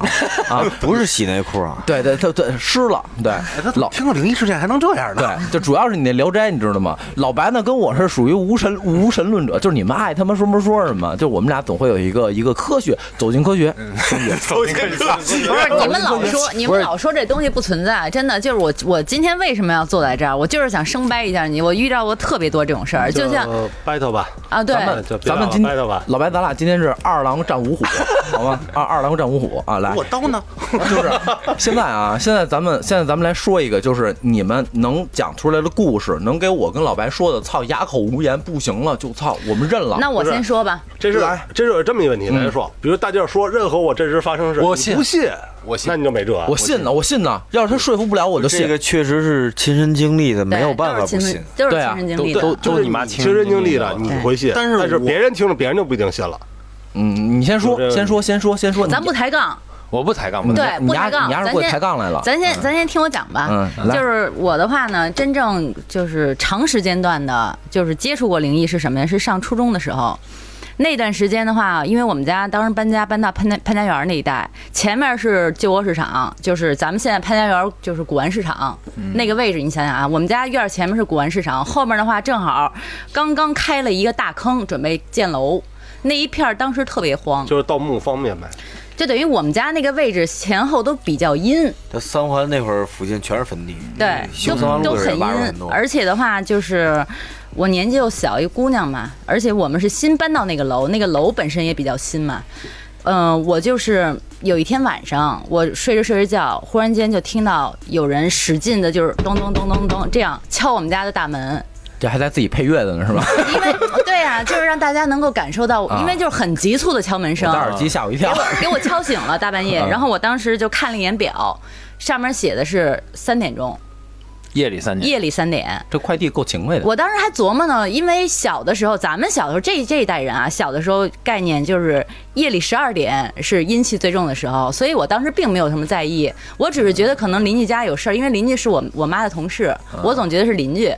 Speaker 1: 啊，
Speaker 5: 不是洗内裤啊，
Speaker 1: 对对对对，湿了，对
Speaker 7: 哎，他，怎么
Speaker 1: 老
Speaker 7: 听到灵异事件还能这样呢？
Speaker 1: 对，就主要是你那《聊斋》，你知道吗？老白呢跟我是属于无神无神论者，就是你们爱他妈说什么说什么，就我们俩总会有一个一个科学走进科学，哎
Speaker 4: 走进科技
Speaker 2: 不是你们老说，你们老说这东西不存在，真的就是我，我今天为什么要坐在这儿？我就是想生掰一下你。我遇到过特别多这种事儿，就像
Speaker 3: battle 吧，
Speaker 2: 啊，对，
Speaker 3: 咱们就别
Speaker 1: 咱
Speaker 3: 聊
Speaker 1: 们
Speaker 3: 了
Speaker 1: 今
Speaker 3: battle 吧，
Speaker 1: 老白，咱俩今天是二郎战五虎，好吗？二二郎战五虎啊，来，
Speaker 7: 我刀呢？
Speaker 1: 就是现在啊，现在咱们现在咱们来说一个，就是你们能讲出来的故事，能给我跟老白说的，操，哑口无言，不行了，就操，我们认了。
Speaker 2: 那我先说吧，
Speaker 3: 这是这是有这么一个问题来说，比如大家说任何我真实发生的事，
Speaker 1: 我
Speaker 3: 你
Speaker 1: 信
Speaker 3: 不信，
Speaker 4: 我信
Speaker 3: 那你就没辙。
Speaker 1: 我信呢，我信呢，要是他说服不了我就信。
Speaker 5: 这个确实是亲身经历的，没有办法
Speaker 2: 都是亲
Speaker 5: 不信
Speaker 2: 身。都是
Speaker 1: 对啊
Speaker 2: 亲身经历的，
Speaker 1: 都
Speaker 3: 就
Speaker 5: 都
Speaker 3: 是
Speaker 5: 你妈
Speaker 3: 亲
Speaker 5: 亲身
Speaker 3: 身经
Speaker 5: 经历
Speaker 3: 历
Speaker 5: 的
Speaker 3: 的，你
Speaker 2: 对
Speaker 3: 会信，
Speaker 7: 但是
Speaker 3: 但是
Speaker 7: 我
Speaker 3: 别人听着，别人就不一定信了。
Speaker 1: 嗯，你先
Speaker 3: 我这
Speaker 1: 说，
Speaker 3: 个
Speaker 1: 先说，先说，先说。
Speaker 2: 咱不抬杠，
Speaker 4: 我不抬杠，不抬
Speaker 2: 对
Speaker 1: 你
Speaker 2: 不
Speaker 1: 丫
Speaker 2: 抬杠
Speaker 1: 你丫是
Speaker 2: 咱
Speaker 1: 给我
Speaker 2: 先
Speaker 1: 抬杠来了。
Speaker 2: 咱先咱先听我讲吧。
Speaker 1: 嗯嗯来
Speaker 2: 就是我的话呢，真正就是长时间段的，就是接触过灵异是什么呀？是上初中的时候。那段时间的话，因为我们家当时搬家搬到潘家潘家园那一带，前面是旧国市场，就是咱们现在潘家园就是古玩市场、
Speaker 1: 嗯
Speaker 2: 那个位置，你想想啊，我们家院儿前面是古玩市场，后面的话正好刚刚开了一个大坑，准备建楼，那一片儿当时特别荒，
Speaker 3: 就是盗墓方面呗，
Speaker 2: 就等于我们家那个位置前后都比较阴，
Speaker 5: 他三环那会儿附近全是坟地，嗯
Speaker 2: 对，
Speaker 5: 修
Speaker 2: 都
Speaker 5: 三环路
Speaker 2: 都
Speaker 5: 的
Speaker 2: 很
Speaker 5: 人挖出
Speaker 2: 阴
Speaker 5: 很，多。
Speaker 2: 而且的话就是我年纪又小，一姑娘嘛，而且我们是新搬到那个楼，那个楼本身也比较新嘛。嗯、我就是有一天晚上，我睡着睡着觉，忽然间就听到有人使劲的，就是咚咚咚咚咚这样敲我们家的大门，
Speaker 1: 这还在自己配乐的呢，是
Speaker 2: [LAUGHS]
Speaker 1: 吧？
Speaker 2: 因
Speaker 5: [LAUGHS]
Speaker 2: 为对呀、就是让大家能够感受到，
Speaker 5: 啊
Speaker 2: 因为就是很急促的敲门声
Speaker 1: 戴，耳机吓我一跳
Speaker 2: 啊给。我给我敲醒了，大半夜。
Speaker 5: 啊
Speaker 2: 然后我当时就看了一眼表，上面写的是三点钟，
Speaker 8: 夜里三点，
Speaker 2: 夜里三点。
Speaker 1: 这快递够勤快的。
Speaker 2: 我当时还琢磨呢，因为小的时候，咱们小的时候这这一代人啊，小的时候概念就是夜里十二点是阴气最重的时候，所以我当时并没有什么在意，我只是觉得可能邻居家有事儿，因为邻居是我我妈的同事，我总觉得是邻居。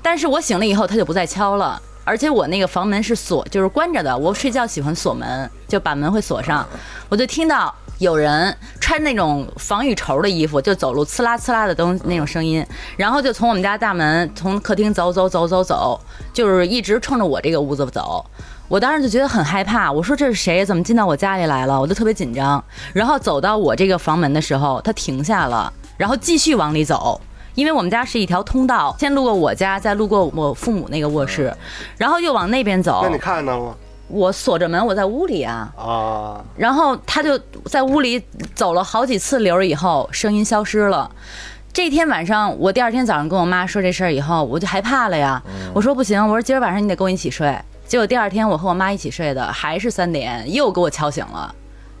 Speaker 2: 但是我醒了以后，他就不再敲了，而且我那个房门是锁，就是关着的。我睡觉喜欢锁门，就把门会锁上。我就听到有人穿那种防雨绸的衣服，就走路呲啦呲啦的东那种声音，然后就从我们家大门从客厅走走走走走，就是一直冲着我这个屋子走。我当时就觉得很害怕，我说这是谁？怎么进到我家里来了？我就特别紧张。然后走到我这个房门的时候，他停下了，然后继续往里走。因为我们家是一条通道，先路过我家，再路过我父母那个卧室，然后又往那边走
Speaker 3: 那。你看见他了
Speaker 2: 我锁着门，我在屋里啊。
Speaker 3: 吗？啊，
Speaker 2: 然后他就在屋里走了好几次流儿以后，声音消失了。这天晚上，我第二天早上跟我妈说这事儿以后，我就害怕了呀。我说不行，我说今儿晚上你得跟我一起睡。结果第二天我和我妈一起睡的，还是三点，又给我敲醒了。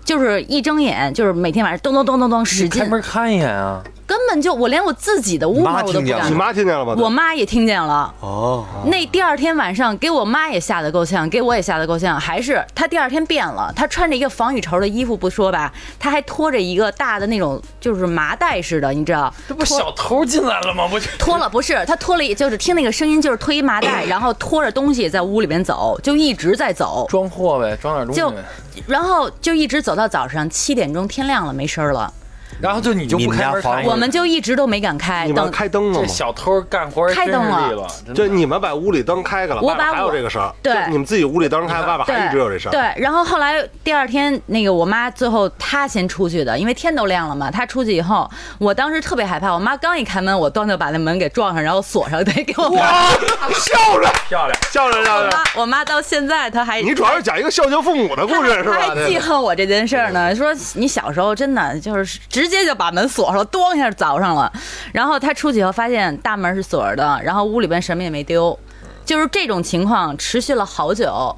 Speaker 2: 就是一睁眼，就是每天晚上咚咚咚咚咚使劲
Speaker 8: 开，门看一眼啊，
Speaker 2: 根本就我连我自己的屋
Speaker 5: 妈
Speaker 2: 门我都不
Speaker 5: 听见
Speaker 2: 敢
Speaker 5: 了
Speaker 3: 你妈听见了吗？
Speaker 2: 我妈也听见了。
Speaker 5: 哦，
Speaker 2: 那第二天晚上给我妈也吓得够呛，给我也吓得够呛。还是她第二天变了，她穿着一个防雨绸的衣服不说吧，她还拖着一个大的那种就是麻袋似的，你知道？
Speaker 8: 这不小偷进来了吗？不是，
Speaker 2: [LAUGHS] 脱了不是，她脱了一，就是听那个声音就是推一麻袋，然后拖着东西在屋里边走，就一直在走。
Speaker 8: 装货呗，装点东
Speaker 2: 就
Speaker 8: 西呗。
Speaker 2: 然后就一直走到早上七点钟，天亮了没声儿了，
Speaker 8: 然后就你就
Speaker 5: 你
Speaker 8: 不
Speaker 5: 们
Speaker 8: 开
Speaker 5: 家
Speaker 8: 门
Speaker 5: 房
Speaker 8: 看一眼，
Speaker 2: 我们就一直都没敢开。
Speaker 3: 你
Speaker 2: 哎等
Speaker 3: 们开灯了
Speaker 8: 这
Speaker 3: 吗？
Speaker 8: 小偷干活
Speaker 2: 开灯
Speaker 8: 了，
Speaker 2: 了
Speaker 8: 了真
Speaker 3: 就
Speaker 8: 的。
Speaker 3: 你们把屋里灯开开了，
Speaker 2: 我
Speaker 3: 外边
Speaker 2: 把
Speaker 3: 还有
Speaker 2: 我
Speaker 3: 这个声儿，
Speaker 2: 对
Speaker 3: 就你们自己屋里灯开，外边
Speaker 2: 对
Speaker 3: 还一直有这声儿 [LAUGHS]
Speaker 2: 对，，然后后来第二天，那个我妈最后她先出去的，因为天都亮了嘛。她出去以后，我当时特别害怕，我妈刚一开门，我咣就把那门给撞上，然后锁上，得给我妈。
Speaker 8: 漂亮，
Speaker 3: 啊笑着笑
Speaker 2: 我
Speaker 3: 着，
Speaker 2: 妈，我妈到现在她还
Speaker 3: [LAUGHS] 你主要是讲一个孝敬父母的故事是
Speaker 2: 她
Speaker 3: 吧？
Speaker 2: 还记恨我这件事儿呢，说你小时候真的就是直接就把门锁上了，咣一下凿上了。然后她出去以后发现大门是锁着的，然后屋里边什么也没丢，就是这种情况持续了好久。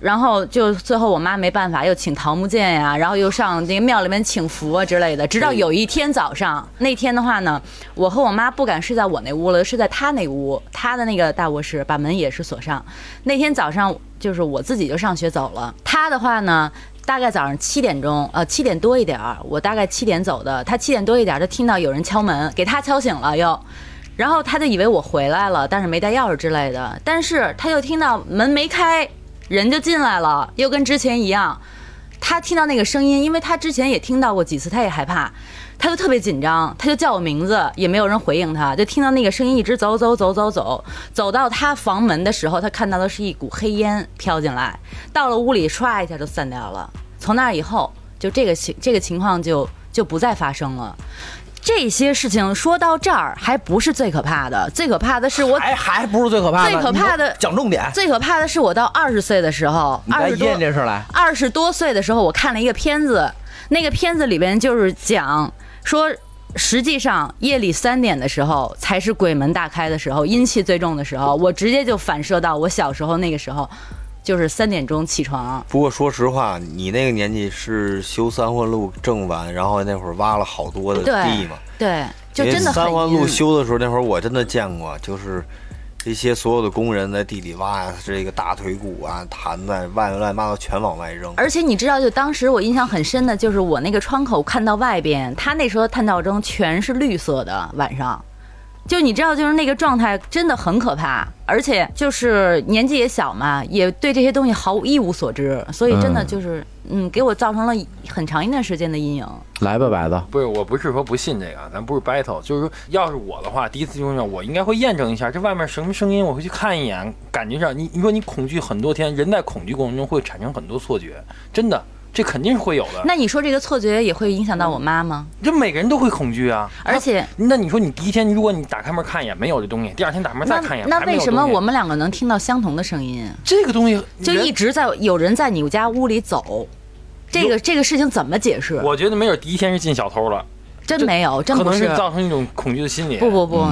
Speaker 2: 然后就最后我妈没办法，又请桃木剑呀，然后又上那个庙里面请福啊之类的。直到有一天早上，那天的话呢，我和我妈不敢睡在我那屋了，睡在她那屋，她的那个大卧室，把门也是锁上。那天早上就是我自己就上学走了，她的话呢大概早上七点钟，呃，七点多一点儿，我大概七点走的。他七点多一点儿就听到有人敲门，给他敲醒了又，然后他就以为我回来了，但是没带钥匙之类的。但是他又听到门没开，人就进来了，又跟之前一样。他听到那个声音，因为他之前也听到过几次，他也害怕，他就特别紧张，他就叫我名字，也没有人回应他，就听到那个声音一直走走走走走，走到他房门的时候，他看到的是一股黑烟飘进来，到了屋里唰一下就散掉了。从那以后，就这个情这个情况就就不再发生了。这些事情说到这儿还不是最可怕的，最可怕的是我
Speaker 1: 还哎还不是最可怕的，
Speaker 2: 最可怕
Speaker 1: 你
Speaker 2: 的
Speaker 1: 给我讲重点，
Speaker 2: 最可怕的是我到二十岁的时候，
Speaker 1: 你
Speaker 2: 二
Speaker 1: 来
Speaker 2: 十多
Speaker 1: 验这事儿来。
Speaker 2: 二十多岁的时候，我看了一个片子，那个片子里边就是讲说，实际上夜里三点的时候才是鬼门大开的时候，阴气最重的时候。我直接就反射到我小时候那个时候，就是三点钟起床。
Speaker 5: 不过说实话，你那个年纪是修三环路正完，然后那会儿挖了好多的地
Speaker 2: 对
Speaker 5: 嘛。
Speaker 2: 对，就真的
Speaker 5: 因为
Speaker 2: 很
Speaker 5: 三环
Speaker 2: 阴
Speaker 5: 路修的时候，那会儿我真的见过，就是这些所有的工人在地里挖呀，这个大腿骨啊、坛子啊、外乱八糟全往外扔。
Speaker 2: 而且你知道，就当时我印象很深的，就是我那个窗口看到外边，他那时候探照灯全是绿色的，晚上。就你知道，就是那个状态真的很可怕，而且就是年纪也小嘛，也对这些东西毫无一无所知，所以真的
Speaker 1: 嗯
Speaker 2: 就是，嗯给我造成了很长一段时间的阴影。
Speaker 1: 来吧，白子，
Speaker 8: 不是，我不是说不信这个啊，咱不是 battle，就是说，要是我的话，第一次用上，我应该会验证一下这外面什么声音，我会去看一眼，感觉上你你说你恐惧很多天，人在恐惧过程中会产生很多错觉，真的，这肯定是会有的。
Speaker 2: 那你说这个错觉也会影响到我妈吗？
Speaker 8: 这每个人都会恐惧啊，
Speaker 2: 而且
Speaker 8: 那那你说你第一天如果你打开门看一眼没有这东西，第二天打开门再看一眼，
Speaker 2: 那那
Speaker 8: 还没有
Speaker 2: 为什么
Speaker 8: 东西
Speaker 2: 我们两个能听到相同的声音？
Speaker 8: 这个东西
Speaker 2: 就
Speaker 8: 人
Speaker 2: 一直在有人在你家屋里走，这个这个事情怎么解释？
Speaker 8: 我觉得没准第一天是进小偷了，
Speaker 2: 真
Speaker 8: 这
Speaker 2: 没有，真
Speaker 8: 可
Speaker 2: 不
Speaker 8: 能
Speaker 2: 是
Speaker 8: 是造成一种恐惧的心理。
Speaker 2: 不不不，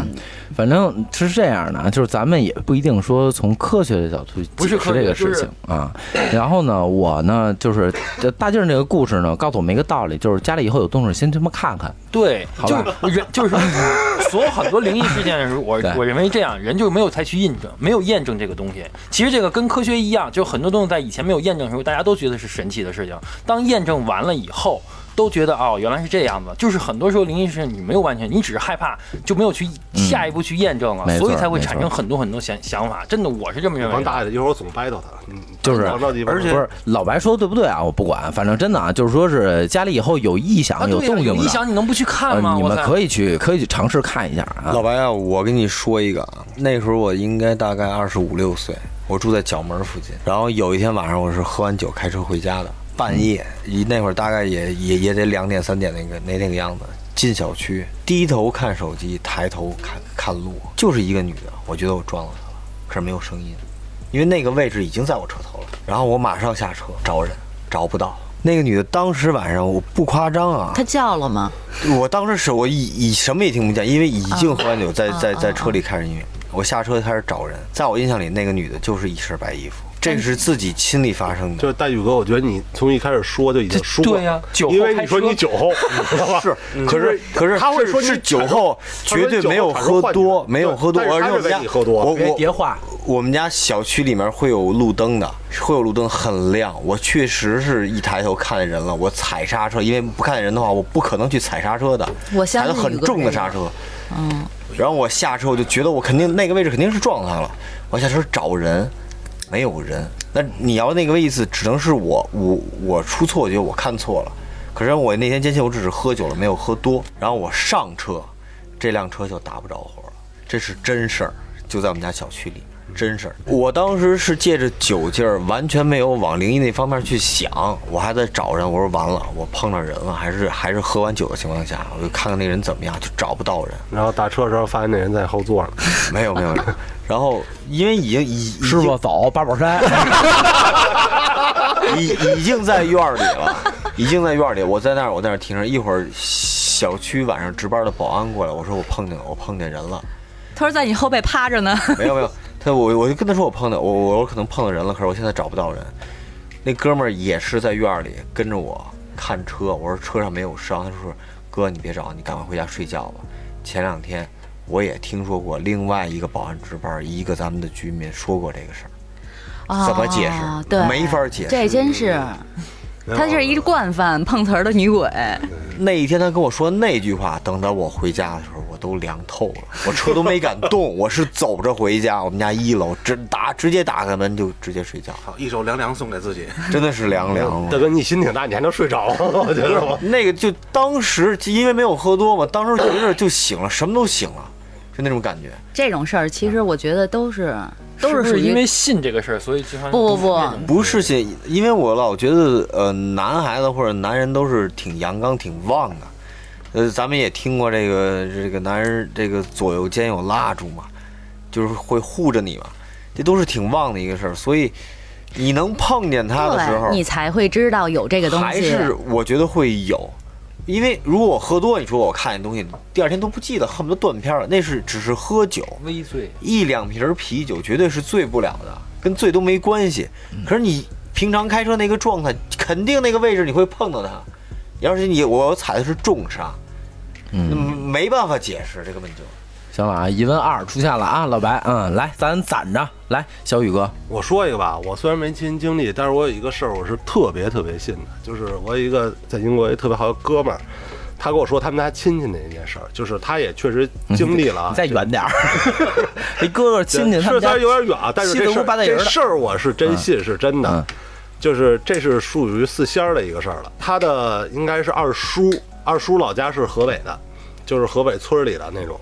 Speaker 1: 反正是这样的啊，就是咱们也不一定说从科学的角度去
Speaker 8: 不是
Speaker 1: 解释
Speaker 8: 科学
Speaker 1: 这个事情啊。然后呢，我呢就是这大静儿那个故事呢，告诉我们一个道理，就是家里以后有动静先他妈看看。
Speaker 8: 对，
Speaker 1: 好
Speaker 8: 就
Speaker 1: 吧
Speaker 8: 是人 [LAUGHS] 就是说所有很多灵异事件的时候，我
Speaker 1: 对
Speaker 8: 我认为这样，人就没有采取印证，没有验证这个东西。其实这个跟科学一样，就很多东西在以前没有验证的时候，大家都觉得是神奇的事情。当验证完了以后，都觉得哦，原来是这样子。就是很多时候灵异事件你没有完全，你只是害怕，就没有去下一步去验证了，
Speaker 1: 没错
Speaker 8: 所以才会产
Speaker 1: 没
Speaker 8: 生
Speaker 1: 错
Speaker 8: 很多很多想想法。真的，我是这么认为
Speaker 3: 王
Speaker 8: 的。
Speaker 3: 大爷一会儿我总掰到他，嗯
Speaker 1: 就是
Speaker 3: 甭着急，
Speaker 7: 而且
Speaker 1: 不是老白说的对不对啊？我不管，反正真的啊，就是说是家里以后有异响、
Speaker 8: 啊，对
Speaker 1: 有
Speaker 8: 呀
Speaker 1: 动静
Speaker 8: 有
Speaker 1: 的
Speaker 8: 异响你能不去看吗？
Speaker 1: 呃，你
Speaker 8: 我
Speaker 1: 们
Speaker 8: 操
Speaker 1: 可以去可以去尝试看一下啊。
Speaker 5: 老白啊，我跟你说一个啊，那时候我应该大概二十五六岁，我住在角门附近。然后有一天晚上，我是喝完酒开车回家的，半夜，一那会儿大概也也也得两点三点那个那那个样子。进小区，低头看手机，抬头看看路，就是一个女的，我觉得我撞到她了，可是没有声音，因为那个位置已经在我车头了。然后我马上下车找人，找不到。那个女的当时晚上，我不夸张啊，
Speaker 2: 他叫了吗？
Speaker 5: [LAUGHS] 我当时是我已已什么也听不见，因为已经喝完酒，
Speaker 2: 啊
Speaker 5: 在在在车里开始音乐。我下车开始找人，在我印象里，那个女的就是一身白衣服，
Speaker 2: 嗯
Speaker 5: 这是自己亲历发生
Speaker 3: 就
Speaker 5: 的。
Speaker 3: 是戴宇哥，我觉得你从一开始说就已经输了，
Speaker 8: 对呀酒后
Speaker 3: 因为你
Speaker 8: 开
Speaker 3: 说
Speaker 8: 车
Speaker 3: 你酒 [LAUGHS] 后，你知道吧？嗯
Speaker 5: 是，可是可是
Speaker 3: 他会
Speaker 5: 是
Speaker 3: 说你
Speaker 5: 是酒
Speaker 3: 产生
Speaker 5: 后
Speaker 3: 他说
Speaker 5: 绝对
Speaker 3: 酒后
Speaker 5: 没有
Speaker 3: 产生
Speaker 5: 喝
Speaker 3: 幻觉
Speaker 5: 多，没有喝多，
Speaker 3: 对但是
Speaker 5: 而
Speaker 3: 他
Speaker 5: 且
Speaker 3: 是
Speaker 5: 我们
Speaker 3: 在
Speaker 5: 家
Speaker 3: 你喝多
Speaker 5: 我
Speaker 1: 别
Speaker 5: 我
Speaker 1: 叠话，
Speaker 5: 我们家小区里面会有路灯的，会有路灯很亮。我确实是一抬头看见人了，我踩刹车，因为不看见人的话，我不可能去踩刹车的。
Speaker 2: 我相信
Speaker 5: 踩的很
Speaker 2: 宇哥
Speaker 5: 重的
Speaker 2: 这个
Speaker 5: 刹车。嗯。然后我下车，我就觉得我肯定那个位置肯定是撞他了。我下车找人，没有人。那你要那个位置，只能是我我我出错觉，我看错了。可是我那天坚信我只是喝酒了，没有喝多。然后我上车，这辆车就打不着火了，这是真事儿，就在我们家小区里面。真事儿，我当时是借着酒劲儿，完全没有往灵异那方面去想，我还在找人。我说完了，我碰上人了，还是还是喝完酒的情况下，我就看看那人怎么样，就找不到人，
Speaker 3: 然后打车的时候发现那人在后座呢，
Speaker 5: [LAUGHS] 没有没有。没有然后因为已经已已
Speaker 1: 师
Speaker 5: 经
Speaker 1: 傅走八宝山， [LAUGHS]
Speaker 5: 已已经在院儿里了， [LAUGHS] 已经在院儿里。我在那儿，我在那儿停着，一会儿小区晚上值班的保安过来，我说我碰见了，我碰见人了，
Speaker 2: 他说在你后背趴着呢。
Speaker 5: 没有没有，他我我就跟他说我碰见我我我可能碰到人了，可是我现在找不到人。那哥们儿也是在院儿里跟着我看车，我说车上没有伤，他说哥你别找，你赶快回家睡觉吧。前两天我也听说过另外一个保安值班，一个咱们的居民说过这个事儿。怎么解释
Speaker 2: 哦对，
Speaker 5: 没法解释
Speaker 2: 这真是她是一惯犯碰瓷儿的女鬼，
Speaker 5: 那一天他跟我说那句话，等到我回家的时候，我都凉透了，我车都没敢 [LAUGHS] 动，我是走着回家。我们家一楼直打直接打开门就直接睡觉，
Speaker 7: 好，一首凉凉送给自己。
Speaker 5: [LAUGHS] 真的是凉凉啊
Speaker 3: 大
Speaker 5: 了。
Speaker 3: 哥，你心挺大，你还能睡着，我觉得我。
Speaker 5: 那个就当时因为没有喝多嘛，当时觉着就醒了，什么都醒了，就那种感觉。
Speaker 2: 这种事儿其实我觉得都是都
Speaker 8: 是不
Speaker 2: 属
Speaker 8: 是因为
Speaker 2: 于
Speaker 8: 信这个事儿，所以经常
Speaker 2: 不不不
Speaker 8: 那种
Speaker 5: 不是信，因为我老觉得，呃，男孩子或者男人都是挺阳刚、挺旺的。呃，咱们也听过这个这个男人这个左右肩有蜡烛嘛，就是会护着你嘛，这都是挺旺的一个事儿。所以你能碰见他的时候
Speaker 2: 对，，你才会知道有这个东
Speaker 5: 还
Speaker 2: 西。
Speaker 5: 是我觉得会有，因为如果我喝多，你说我看见东西，第二天都不记得，恨不得断片儿了。那是只是喝酒，
Speaker 8: 微醉。
Speaker 5: 一两瓶儿啤酒绝对是醉不了的，跟醉都没关系。可是你平常开车那个状态，肯定那个位置你会碰到它。要是你我踩的是重刹，嗯，没办法解释这个问题。
Speaker 1: 行了啊，一问二出现了啊，老白，嗯，来，咱攒着来，小宇哥，
Speaker 3: 我说一个吧，我虽然没亲身经历，但是我有一个事儿，我是特别特别信的，就是我有一个在英国一特别好的哥们儿，他跟我说他们家亲戚那件事儿，就是他也确实经历了啊，
Speaker 1: 你再远
Speaker 8: [LAUGHS]
Speaker 1: 点儿，这哥哥亲戚他
Speaker 3: 是
Speaker 1: 们家
Speaker 3: 虽然有点远啊，但是
Speaker 1: 稀
Speaker 3: 这
Speaker 1: 里
Speaker 3: 事
Speaker 1: 糊
Speaker 3: 儿
Speaker 1: 八大人
Speaker 3: 这
Speaker 1: 的
Speaker 3: 事儿我是真信是真的
Speaker 1: 嗯，
Speaker 3: 就是这是属于四仙儿的一个事儿了。他的应该是二叔，二叔老家是河北的，就是河北村儿里的那种。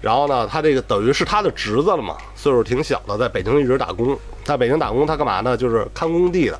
Speaker 3: 然后呢，他这个等于是他的侄子了嘛，岁数挺小的，在北京一直打工。在北京打工，他干嘛呢？就是看工地的。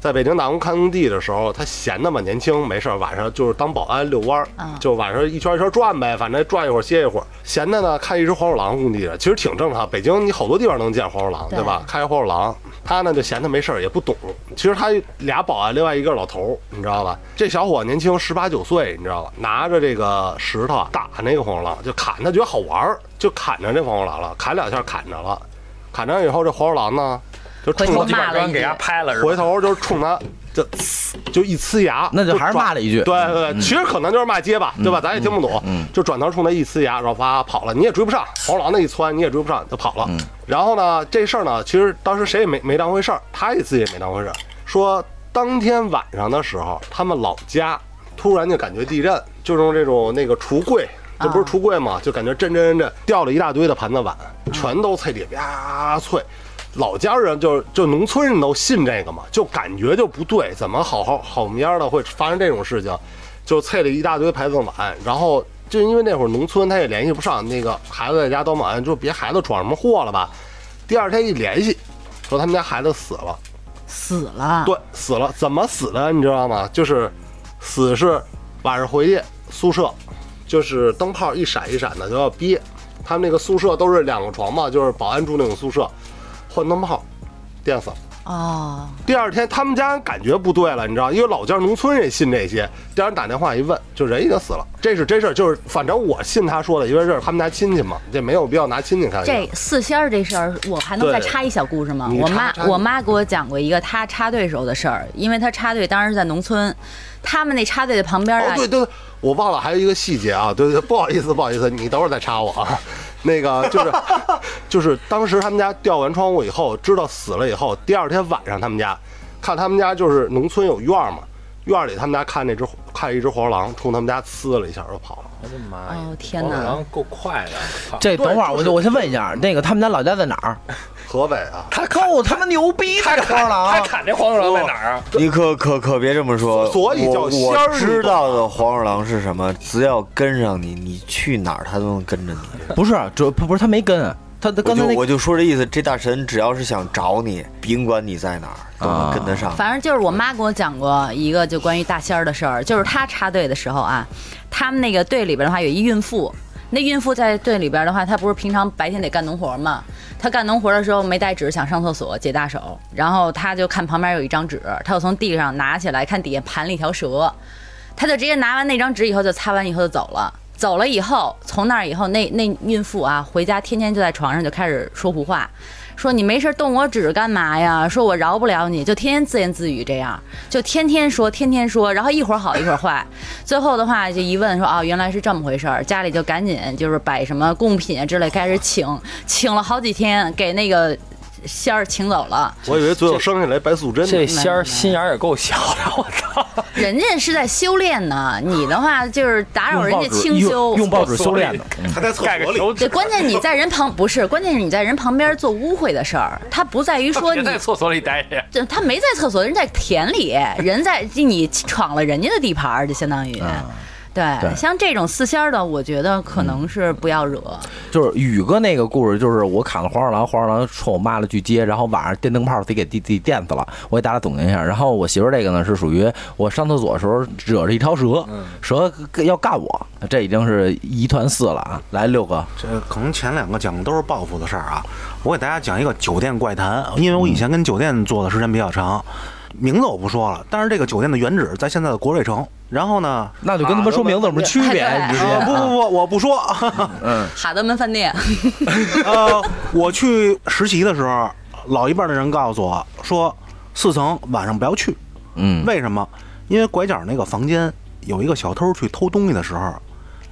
Speaker 3: 在北京打工看工地的时候，他闲的嘛，年轻没事儿，晚上就是当保安遛弯儿，就晚上一圈一圈转呗，反正转一会儿歇一会儿。闲的呢，看一只黄鼠狼工地的，其实挺正常。北京你好多地方能见黄鼠狼，对吧？看一黄鼠狼，他呢就闲的没事儿，也不懂。其实他俩保安，另外一个是老头儿，你知道吧？这小伙年轻，十八九岁，你知道吧？拿着这个石头啊打那个黄鼠狼，就砍他，觉得好玩儿，就砍着这黄鼠狼了，砍两下砍着了，砍着以后这黄鼠狼呢就冲
Speaker 2: 回头
Speaker 3: 着
Speaker 8: 好几
Speaker 2: 骂了
Speaker 8: 把
Speaker 2: 一
Speaker 8: 砖给
Speaker 2: 句
Speaker 8: 他拍了是吧？
Speaker 3: 回头就是冲他就呲就一呲牙，
Speaker 1: 那就还是
Speaker 3: 转
Speaker 1: 骂了一句嗯
Speaker 3: 对对对，其实可能就是骂街吧，对吧？咱也听不懂，就转头冲他一呲牙，然后啪跑了，你也追不上，黄狼那一窜你也追不上，就跑
Speaker 1: 嗯
Speaker 3: 了。然后呢，这事儿呢，其实当时谁也没没当回事儿，他也自己也没当回事儿。说当天晚上的时候，他们老家突然就感觉地震，就用这种那个橱柜。这
Speaker 1: 啊
Speaker 3: 不是橱柜嘛，就感觉震震震震，掉了一大堆的盘子碗，全都碎里啪碎。老家人就就农村人都信这个嘛，就感觉就不对，怎么好好好么样的会发生这种事情？就啐了一大堆牌子碗，然后就因为那会儿农村他也联系不上，那个孩子在家当保安，就别孩子闯什么祸了吧。第二天一联系，说他们家孩子死了，
Speaker 2: 死了，
Speaker 3: 对，死了，怎么死的你知道吗？就是死是晚上回去宿舍，就是灯泡一闪一闪的就要憋。他们那个宿舍都是两个床嘛，就是保安住那种宿舍，换灯泡，电死了。
Speaker 2: 哦，
Speaker 3: 第二天他们家感觉不对了，你知道，因为老家农村人信这些。第二天打电话一问，就人已经死了，这是真事儿，就是反正我信他说的，因为这是他们家亲戚嘛，这没有必要拿亲戚开玩笑。
Speaker 2: 这四仙儿这事儿，我还能再
Speaker 3: 对
Speaker 2: 插一小故事吗？
Speaker 3: 你
Speaker 2: 我
Speaker 3: 插
Speaker 2: 妈
Speaker 3: 插
Speaker 2: 我妈给我讲过一个她插队时候的事儿，因为她插队当时在农村，他们那插队的旁边
Speaker 3: 哦
Speaker 2: 啊，，
Speaker 3: 对对对，我忘了还有一个细节啊，对对，不好意思，不好意思，你等会儿再插我啊。那个就是 [LAUGHS] 就是当时他们家掉完窗户以后，知道死了以后，第二天晚上他们家看他们家就是农村有院儿嘛，院儿里他们家看那只看一只黄鼠狼冲他们家呲了一下就跑了。
Speaker 8: 我的妈呀！
Speaker 2: 哦天哪
Speaker 8: 黄鼠狼够 [LAUGHS] 快的，操
Speaker 1: 这等会儿我就我先问一下，那个他们家老家在哪儿？
Speaker 3: 河北啊，
Speaker 1: 他够他妈牛逼的这黄鼠
Speaker 8: 他
Speaker 1: 狼，
Speaker 8: 砍这黄鼠狼在哪儿啊？
Speaker 2: 哦
Speaker 5: 你可可可别这么说，
Speaker 3: 所以叫
Speaker 5: 我
Speaker 3: 仙儿
Speaker 5: 我知道的黄鼠狼是什么，只要跟上你，你去哪儿它都能跟着你。
Speaker 1: 不是，主不不是他没跟，啊他他
Speaker 5: 我
Speaker 1: 刚才
Speaker 5: 就
Speaker 1: 那
Speaker 5: 我就说这意思，这大神只要是想找你，甭管你在哪儿，都能跟得上。
Speaker 2: 反正就是我妈给我讲过一个就关于大仙儿的事儿，就是她插队的时候啊，他们那个队里边的话有一孕妇，那孕妇在队里边的话，她不是平常白天得干农活嘛，她干农活的时候没带纸，想上厕所解大手，然后她就看旁边有一张纸，她就从地上拿起来，看底下盘了一条蛇，她就直接拿完那张纸以后就擦完以后就走了。走了以后，从那儿以后，那那孕妇啊，回家天天就在床上就开始说胡话，说你没事动我纸干嘛呀？说我饶不了你，就天天自言自语这样，就天天说，天天说，然后一会儿好一会儿坏，最后的话就一问说啊，原来是这么回事儿，家里就赶紧就是摆什么贡品啊之类开始请，请了好几天，给那个仙儿请走了。
Speaker 3: 我以为最后生下来白素贞
Speaker 8: 这
Speaker 3: 呢，
Speaker 8: 仙儿心眼儿也够小的，我操！
Speaker 2: 人家是在修炼呢，你的话就是打扰
Speaker 1: 用
Speaker 2: 人
Speaker 1: 报
Speaker 2: 家
Speaker 1: 纸
Speaker 2: 清修
Speaker 1: 用。用报纸修炼的，
Speaker 8: 嗯
Speaker 7: 他在厕所里，
Speaker 2: [LAUGHS] 对，关键你在人旁不是，关键是你在人旁边做污秽的事儿，他不在于说
Speaker 8: 别
Speaker 2: 你
Speaker 8: 在厕所里待着呀。
Speaker 2: 这他没在厕所，人在田
Speaker 8: [LAUGHS]
Speaker 2: 里，人在你闯了人家的地盘儿，就相当于。对，
Speaker 1: 对
Speaker 2: 像这种四仙儿的，我觉得可能是不要惹。
Speaker 1: 就是宇哥那个故事，就是我砍了黄鼠狼，黄鼠狼冲我骂了句街，然后晚上电灯泡自己给自己电死了。我给大家总结一下。然后我媳妇儿这个呢，是属于我上厕所的时候惹着一条蛇，蛇要干我，这已经是一团四了啊！来六哥，
Speaker 7: 这可能前两个讲的都是报复的事儿啊。我给大家讲一个酒店怪谈，啊因为我以前跟酒店做的时间比较长，名字我不说了，但是这个酒店的原址在现在的国瑞城。然后呢，
Speaker 1: 那就跟他们说明字有什么区别？
Speaker 2: 啊
Speaker 1: 你直接
Speaker 7: [LAUGHS] 呃，不不不，我不说。
Speaker 2: 哈德门饭店，
Speaker 7: [LAUGHS] 呃，我去实习的时候，老一辈的人告诉我说，四层晚上不要去。
Speaker 1: 嗯，
Speaker 7: 为什么？因为拐角那个房间有一个小偷去偷东西的时候，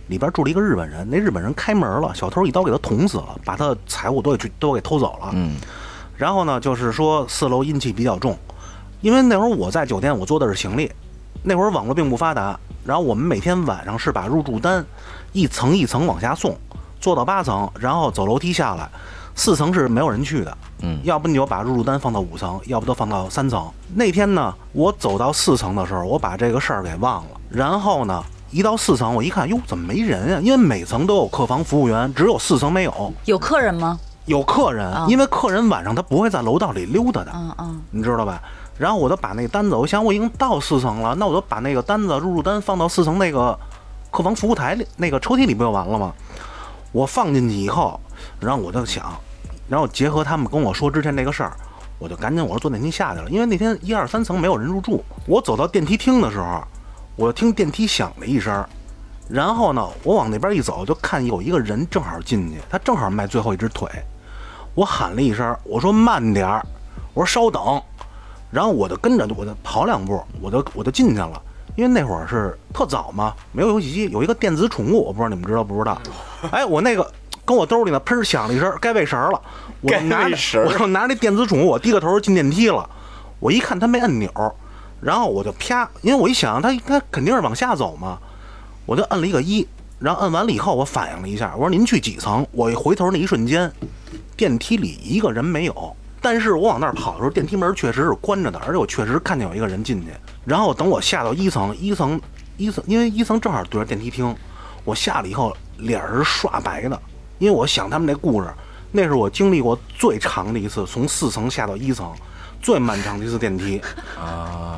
Speaker 7: 里边住了一个日本人，那日本人开门了，小偷一刀给他捅死了，把他的财物都给去都给偷走了。嗯，然后呢，就是说四楼阴气比较重，因为那会儿我在酒店，我做的是行李，那会儿网络并不发达，然后我们每天晚上是把入住单一层一层往下送，做到八层，然后走楼梯下来，四层是没有人去的，嗯，要不你就把入住单放到五层，要不就放到三层。那天呢，我走到四层的时候，我把这个事儿给忘了，然后呢。一到四层，我一看，哟，怎么没人啊？因为每层都有客房服务员，只有四层没有。
Speaker 2: 有客人吗？
Speaker 7: 有客人，因为客人晚上他不会在楼道里溜达的，
Speaker 2: 嗯嗯，
Speaker 7: 你知道吧？然后我就把那单子，我想我已经到四层了，那我就把那个单子入住单放到四层那个客房服务台里那个抽屉里不就完了吗？我放进去以后，然后我就想，然后结合他们跟我说之前那个事儿，我就赶紧我说坐电梯下去了，因为那天一二三层没有人入住。我走到电梯厅的时候，我就听电梯响了一声，然后呢，我往那边一走，就看有一个人正好进去，他正好迈最后一只腿，我喊了一声，我说慢点儿，我说稍等，然后我就跟着我就跑两步，我就我就进去了，因为那会儿是特早嘛，没有游戏机，有一个电子宠物，我不知道你们知道不知道？哎，我那个跟我兜里呢，砰响了一声，该喂食儿了，我就拿着我就拿着那电子宠物，我低个头进电梯了，我一看它没按钮，然后我就啪，因为我一想它它肯定是往下走嘛，我就摁了一个一，然后摁完了以后，我反应了一下，我说您去几层？我一回头那一瞬间，电梯里一个人没有。但是我往那儿跑的时候，电梯门确实是关着的，而且我确实看见有一个人进去。然后等我下到一层，一层，一层，因为一层正好对着电梯厅，我下了以后脸儿是刷白的，因为我想他们那故事，那是我经历过最长的一次，从四层下到一层，最漫长的一次电梯。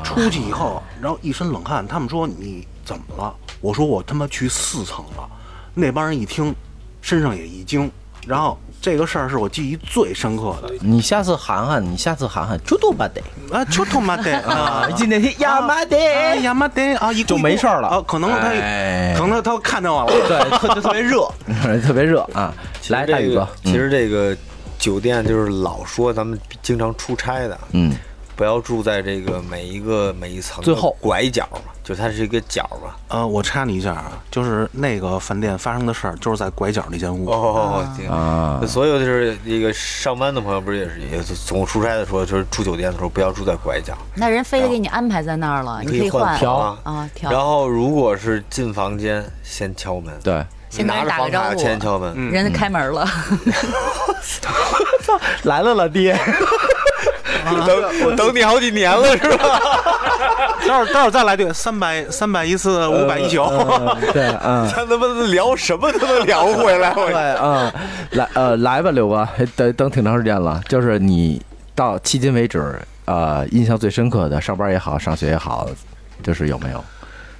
Speaker 7: 出去以后，然后一身冷汗。他们说你怎么了？我说我他妈去四层了。那帮人一听，身上也一惊。然后这个事儿是我记忆最深刻的。
Speaker 1: 你下次喊喊，你下次喊喊，猪肚吧得
Speaker 7: 啊，就他妈的
Speaker 1: [LAUGHS]
Speaker 7: 啊！
Speaker 1: 进电梯，呀妈的，
Speaker 7: 哎呀妈的啊！一
Speaker 1: 就没事儿了
Speaker 7: 啊，可能他
Speaker 1: 哎，
Speaker 7: 可能他看见我了。
Speaker 1: 对，特就特别热， [LAUGHS] 特别热啊！来，
Speaker 5: 这
Speaker 1: 大宇
Speaker 5: 个
Speaker 1: 哥，
Speaker 5: 其实这个酒店就是老说咱们经常出差的，
Speaker 1: 嗯，
Speaker 5: 不要住在这个每一个每一层的
Speaker 1: 最后
Speaker 5: 拐角嘛，就它是一个角嘛。
Speaker 7: 呃，我插你一下啊，就是那个饭店发生的事儿，就是在拐角那间屋。
Speaker 5: 哦，
Speaker 1: 啊
Speaker 5: 就所有就是那个上班的朋友，不是也是也是总出差的时候，就是住酒店的时候不要住在拐角，
Speaker 2: 那人非得给你安排在那儿了，你可以换
Speaker 5: 调
Speaker 2: 啊调
Speaker 5: 然后如果是进房间先敲门，
Speaker 1: 对，
Speaker 5: 你
Speaker 2: 先跟
Speaker 5: 拿
Speaker 2: 人
Speaker 5: 着
Speaker 2: 打个
Speaker 5: 房
Speaker 2: 招
Speaker 5: 卡
Speaker 2: 呼，
Speaker 5: 先敲门，
Speaker 2: 人家开门了，
Speaker 1: 来了，老弟，
Speaker 5: 等等你好几年了是吧？
Speaker 7: [LAUGHS] 待会儿待会儿再来对，三百三百一次，五百一宿。
Speaker 1: [LAUGHS] 对，嗯。
Speaker 5: [LAUGHS] 咱他妈聊什么都能聊回来，
Speaker 1: [LAUGHS] 对，
Speaker 5: 我
Speaker 1: 嗯，来，呃，来吧，刘哥，等等挺长时间了，就是你到迄今为止，呃，印象最深刻的，上班也好，上学也好，就是有没有？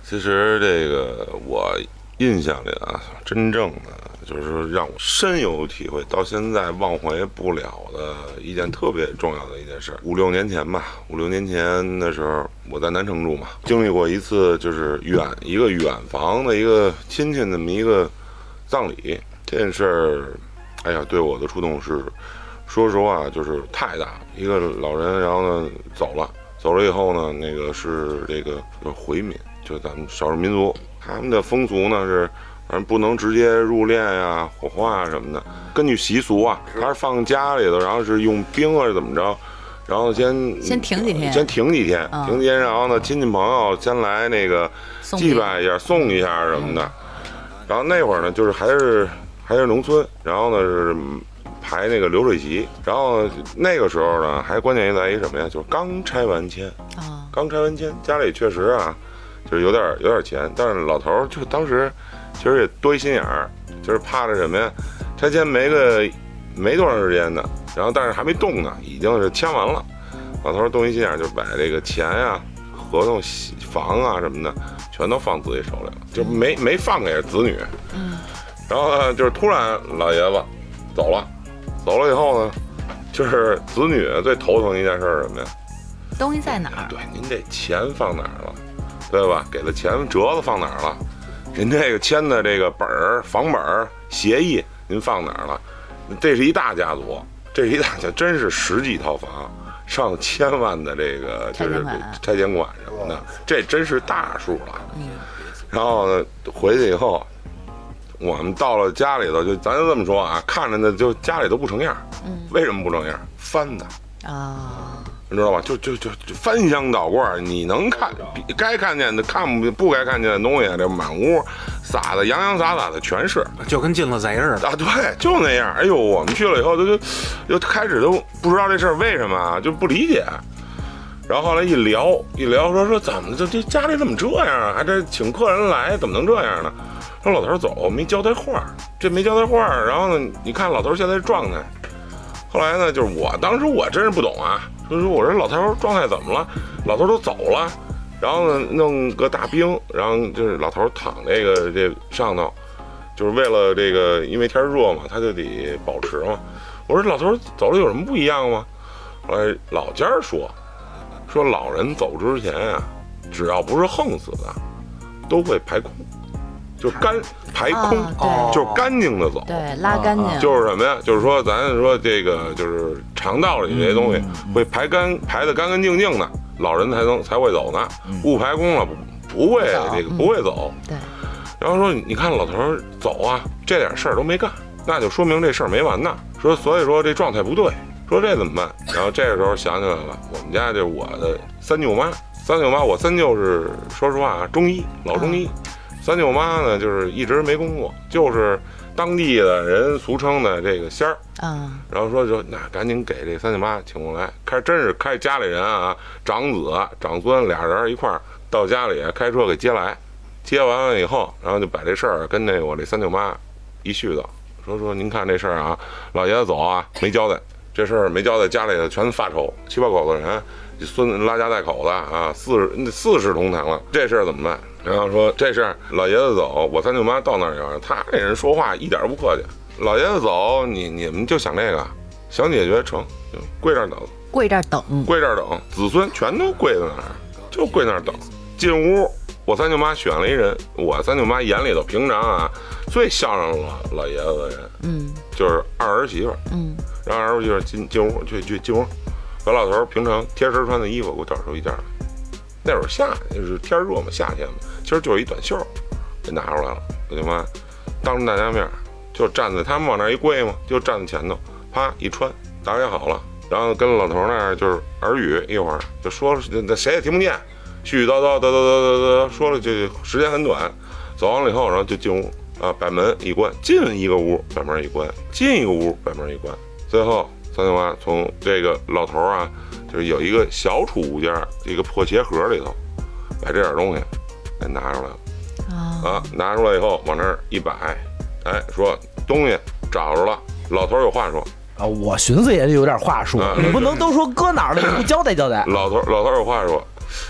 Speaker 6: 其实这个我印象里啊，真正的就是说让我深有体会，到现在忘怀不了的一件特别重要的一件事。五六年前吧，五六年前的时候，我在南城住嘛，经历过一次就是远一个远房的一个亲戚那么一个葬礼，这件事儿，哎呀，对我的触动是说实话，就是太大了。一个老人，然后呢走了，走了以后呢，那个是这个就是回民，就是咱们少数民族，他们的风俗呢是反正不能直接入殓呀、火化啊什么的。
Speaker 2: 嗯
Speaker 6: 根据习俗啊，还是放家里头，然后是用冰啊怎么着，然后先
Speaker 2: 先停几天
Speaker 6: 先停几天，
Speaker 2: 嗯
Speaker 6: 停几天，然后呢，亲戚朋友先来那个
Speaker 2: 送
Speaker 6: 祭
Speaker 2: 礼
Speaker 6: 拜一下，送一下什么的。然后那会儿呢，就是还是还是农村，然后呢是排那个流水席，然后那个时候呢，还关键在于什么呀？就是刚拆完迁，
Speaker 2: 啊，
Speaker 6: 刚拆完迁，家里确实啊，就是有点有点钱，但是老头儿就当时其实也多一心眼儿，就是怕着什么呀？拆迁没个没多长时间呢，然后但是还没动呢，已经是签完了。老头儿动一心眼儿，就把这个钱啊、合同、房啊什么的，全都放自己手里了，就没没放给子女。嗯。然后呢，就是突然老爷子走了，走了以后呢，就是子女最头疼一件事儿是什么呀？
Speaker 2: 东西在哪儿？
Speaker 6: 对，您这钱放哪儿了，对吧？给的钱折子放哪儿了？您这个签的这个本儿、房本儿、协议，您放哪儿了？这是一大家族，这是一大家，真是十几套房，上千万的这个
Speaker 2: 拆
Speaker 6: 就
Speaker 2: 哦
Speaker 6: 是
Speaker 2: 迁款
Speaker 6: 拆迁款什么的，这真是大数了。然后呢，回去以后，我们到了家里头，就咱就这么说啊，看着呢，就家里都不成样儿。
Speaker 2: 嗯
Speaker 6: 为什么不成样儿？翻的。
Speaker 2: 啊，
Speaker 6: 你知道吧？就就就就翻箱倒柜儿，你能看比该看见的看不不该看见的东西，这满屋撒的洋洋洒洒的全是
Speaker 1: 呃
Speaker 7: [LAUGHS] 就跟进了贼似的。
Speaker 6: 啊！对，就那样。哎呦，我们去了以后，就就就开始都不知道这事儿为什么啊，就不理解。然后后来一聊一聊说说怎么这这家里怎么这样啊？还这请客人来怎么能这样呢？说老头儿走没交代话儿，这没交代话儿。然后呢，你看老头儿现在状态。后来呢，就是我当时我真是不懂啊，就是说我说老头儿状态怎么了？老头儿都走了，然后呢弄个大冰，然后就是老头儿躺这个这上头，就是为了这个因为天儿热嘛，他就得保持嘛。我说老头儿走了有什么不一样吗？后来老家儿说，说老人走之前啊，只要不是横死的，都会排空，就是干排空，
Speaker 2: 啊
Speaker 6: 就是干净的走。
Speaker 2: 对，拉干净，
Speaker 6: 啊就是什么呀？就是说，咱说这个就是肠道里这些东西会排干排的干干净净的，老人才能才会走呢。不排空了，嗯不不会这个不会走。嗯
Speaker 2: 对，
Speaker 6: 然后说，你看老头儿走啊，这点事儿都没干，那就说明这事儿没完呢。说，所以说这状态不对，说这怎么办？然后这个时候想起来了，我们家就是我的三舅妈，三舅妈，我三舅是说实话啊，中医，老中医。三舅妈呢，就是一直没工作，就是当地的人俗称的这个仙儿。
Speaker 2: 啊，
Speaker 6: 然后说就那赶紧给这三舅妈请过来，开真是开家里人啊，长子长孙俩人一块儿到家里啊开车给接来，接完了以后，然后就把这事儿啊跟那我这三舅妈一絮叨，说说您看这事儿啊，老爷子走啊没交代，这事儿没交代，家里头全发愁，七八口子人，孙子拉家带口的啊，四十四世同堂了，这事儿怎么办？然后说这事儿老爷子走，我三舅妈到那儿以后，他这人说话一点儿不客气，老爷子走，你你们就想这个，想解决成，就跪这儿等，
Speaker 2: 跪这儿等，
Speaker 6: 跪这儿等，子孙全都跪在那儿，就跪那儿等。进屋，我三舅妈选了一人，我三舅妈眼里头平常啊最孝顺老老爷子的人，
Speaker 2: 嗯
Speaker 6: 就是二儿媳妇儿，
Speaker 2: 嗯，
Speaker 6: 让二儿媳妇儿进进屋去去进屋，把老头儿平常贴身穿的衣服给我找出一件来。那会儿夏就是天儿热嘛，夏天嘛，其实就是一短袖儿，给拿出来了。我舅妈当着大家面儿就站在他们往那儿一跪嘛，就站在前头，啪一穿，打理好了，然后跟老头儿那儿就是耳语一会儿，就说那谁也听不见，絮絮叨叨叨叨叨叨叨说了就时间很短，走完了以后，然后就进屋啊，把门一关，进一个屋把门一关，进一个屋把门一关，最后三舅妈从这个老头儿啊，就是有一个小储物间儿，一个破鞋盒里头，把这点东西给拿出来了。
Speaker 2: 啊，
Speaker 6: 啊，拿出来以后往那儿一摆，哎，说东西找着了。老头儿有话说，
Speaker 9: 啊，我寻思也得有点话术
Speaker 6: 嗯，
Speaker 9: 你不能都说搁哪儿了，你不交代交
Speaker 5: 嗯
Speaker 9: 代。
Speaker 6: 老头儿老头儿有话说。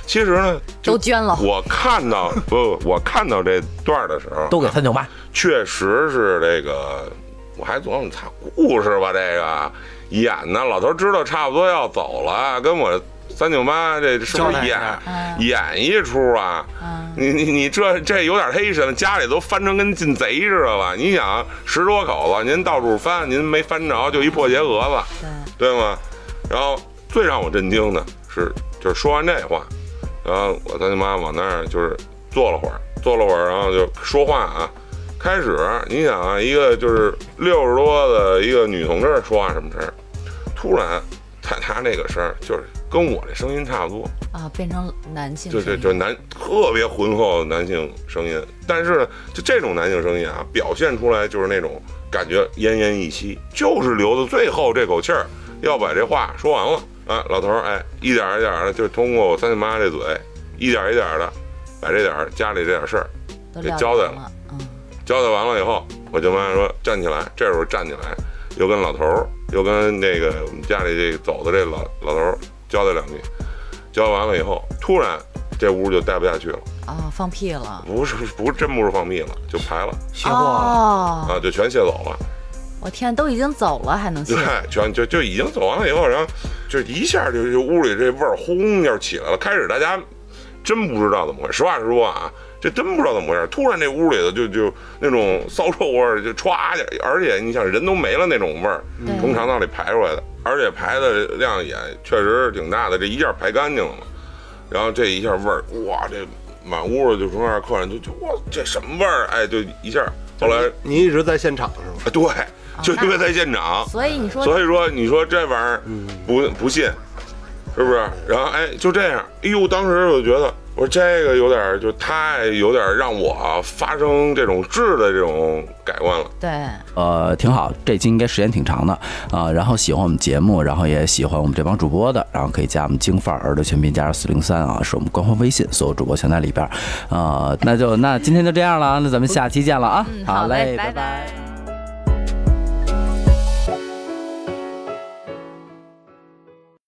Speaker 6: 其实呢，
Speaker 2: 都捐了，
Speaker 6: 我看到不，我看到这段儿的时候，
Speaker 9: 都给三舅妈，
Speaker 6: 确实是这个，我还琢磨他故事吧，这个演呢，老头儿知道差不多要走了，跟我三舅妈这是不
Speaker 7: 交
Speaker 6: 是
Speaker 7: 代一
Speaker 6: 演
Speaker 7: 下
Speaker 6: 演一出啊？
Speaker 2: 啊，
Speaker 6: 你你你这这有点黑神了，家里都翻成跟进贼似的了。你想十多口子，您到处翻，您没翻着，就一破鞋盒子，对吗？然后最让我震惊的是，就是说完这话，然后我三舅妈往那儿就是坐了会儿，坐了会儿，然后就说话啊，开始你想啊，一个就是六十多的一个女同志说话什么声儿，突然她她那个声儿就是跟我这声音差不多，
Speaker 2: 啊，变成男性
Speaker 6: 就
Speaker 2: 声
Speaker 6: 是
Speaker 2: 音
Speaker 6: 就男特别浑厚的男性声音，但是呢，就这种男性声音啊，表现出来就是那种感觉奄奄一息，就是留到最后这口气儿，要把这话说完了啊，老头儿哎，一点儿一点儿的，就通过我三舅妈这嘴，一点儿一点儿的把这点儿家里这点儿事儿
Speaker 2: 都
Speaker 6: 给
Speaker 2: 撂
Speaker 6: 交代
Speaker 2: 倒了，嗯，
Speaker 6: 交代完了以后，我舅妈说站起来，这时候站起来，又跟老头儿，又跟那个我们家里这走的这老老头儿交代两句，交代完了以后，突然这屋就待不下去了，
Speaker 2: 啊，放屁了，
Speaker 6: 不是不是真不是放屁了，就排了
Speaker 2: 哦，
Speaker 6: 啊，就全卸走了，
Speaker 2: 我天，都已经走了还能信
Speaker 6: [LAUGHS] 对？，全就就已经走完了以后，然后就一下就就屋里这味儿轰一下起来了，开始大家真不知道怎么回事，实话实说啊。这真不知道怎么回事，突然这屋里头就就那种骚臭味儿就歘一下，而且你想人都没了那种味儿，
Speaker 2: 对
Speaker 6: 从肠道里排出来的，而且排的量也确实挺大的，这一下排干净了嘛。然后这一下味儿，哇，这满屋子就从那儿客人就就哇这什么味儿？哎，就一下。后来
Speaker 3: 你一直在现场是吗？
Speaker 6: 啊对，就因为在现场，
Speaker 2: 所以你说
Speaker 6: 所以说你说这玩意儿不不信，是不是？然后哎就这样，哎呦，当时我就觉得。我说这个有点儿就太有点儿让我发生这种质的这种改观了，
Speaker 2: 对，
Speaker 1: 呃，挺好，这期应该时间挺长的啊、然后喜欢我们节目，然后也喜欢我们这帮主播的，然后可以加我们京范儿的全拼加上四零三啊，是我们官方微信，所有主播全在里边儿啊、那就那今天就这样了，那咱们下期见了啊！
Speaker 2: 嗯，
Speaker 1: 好
Speaker 2: 嘞，
Speaker 1: 嘞，
Speaker 2: 拜
Speaker 1: 拜
Speaker 2: 拜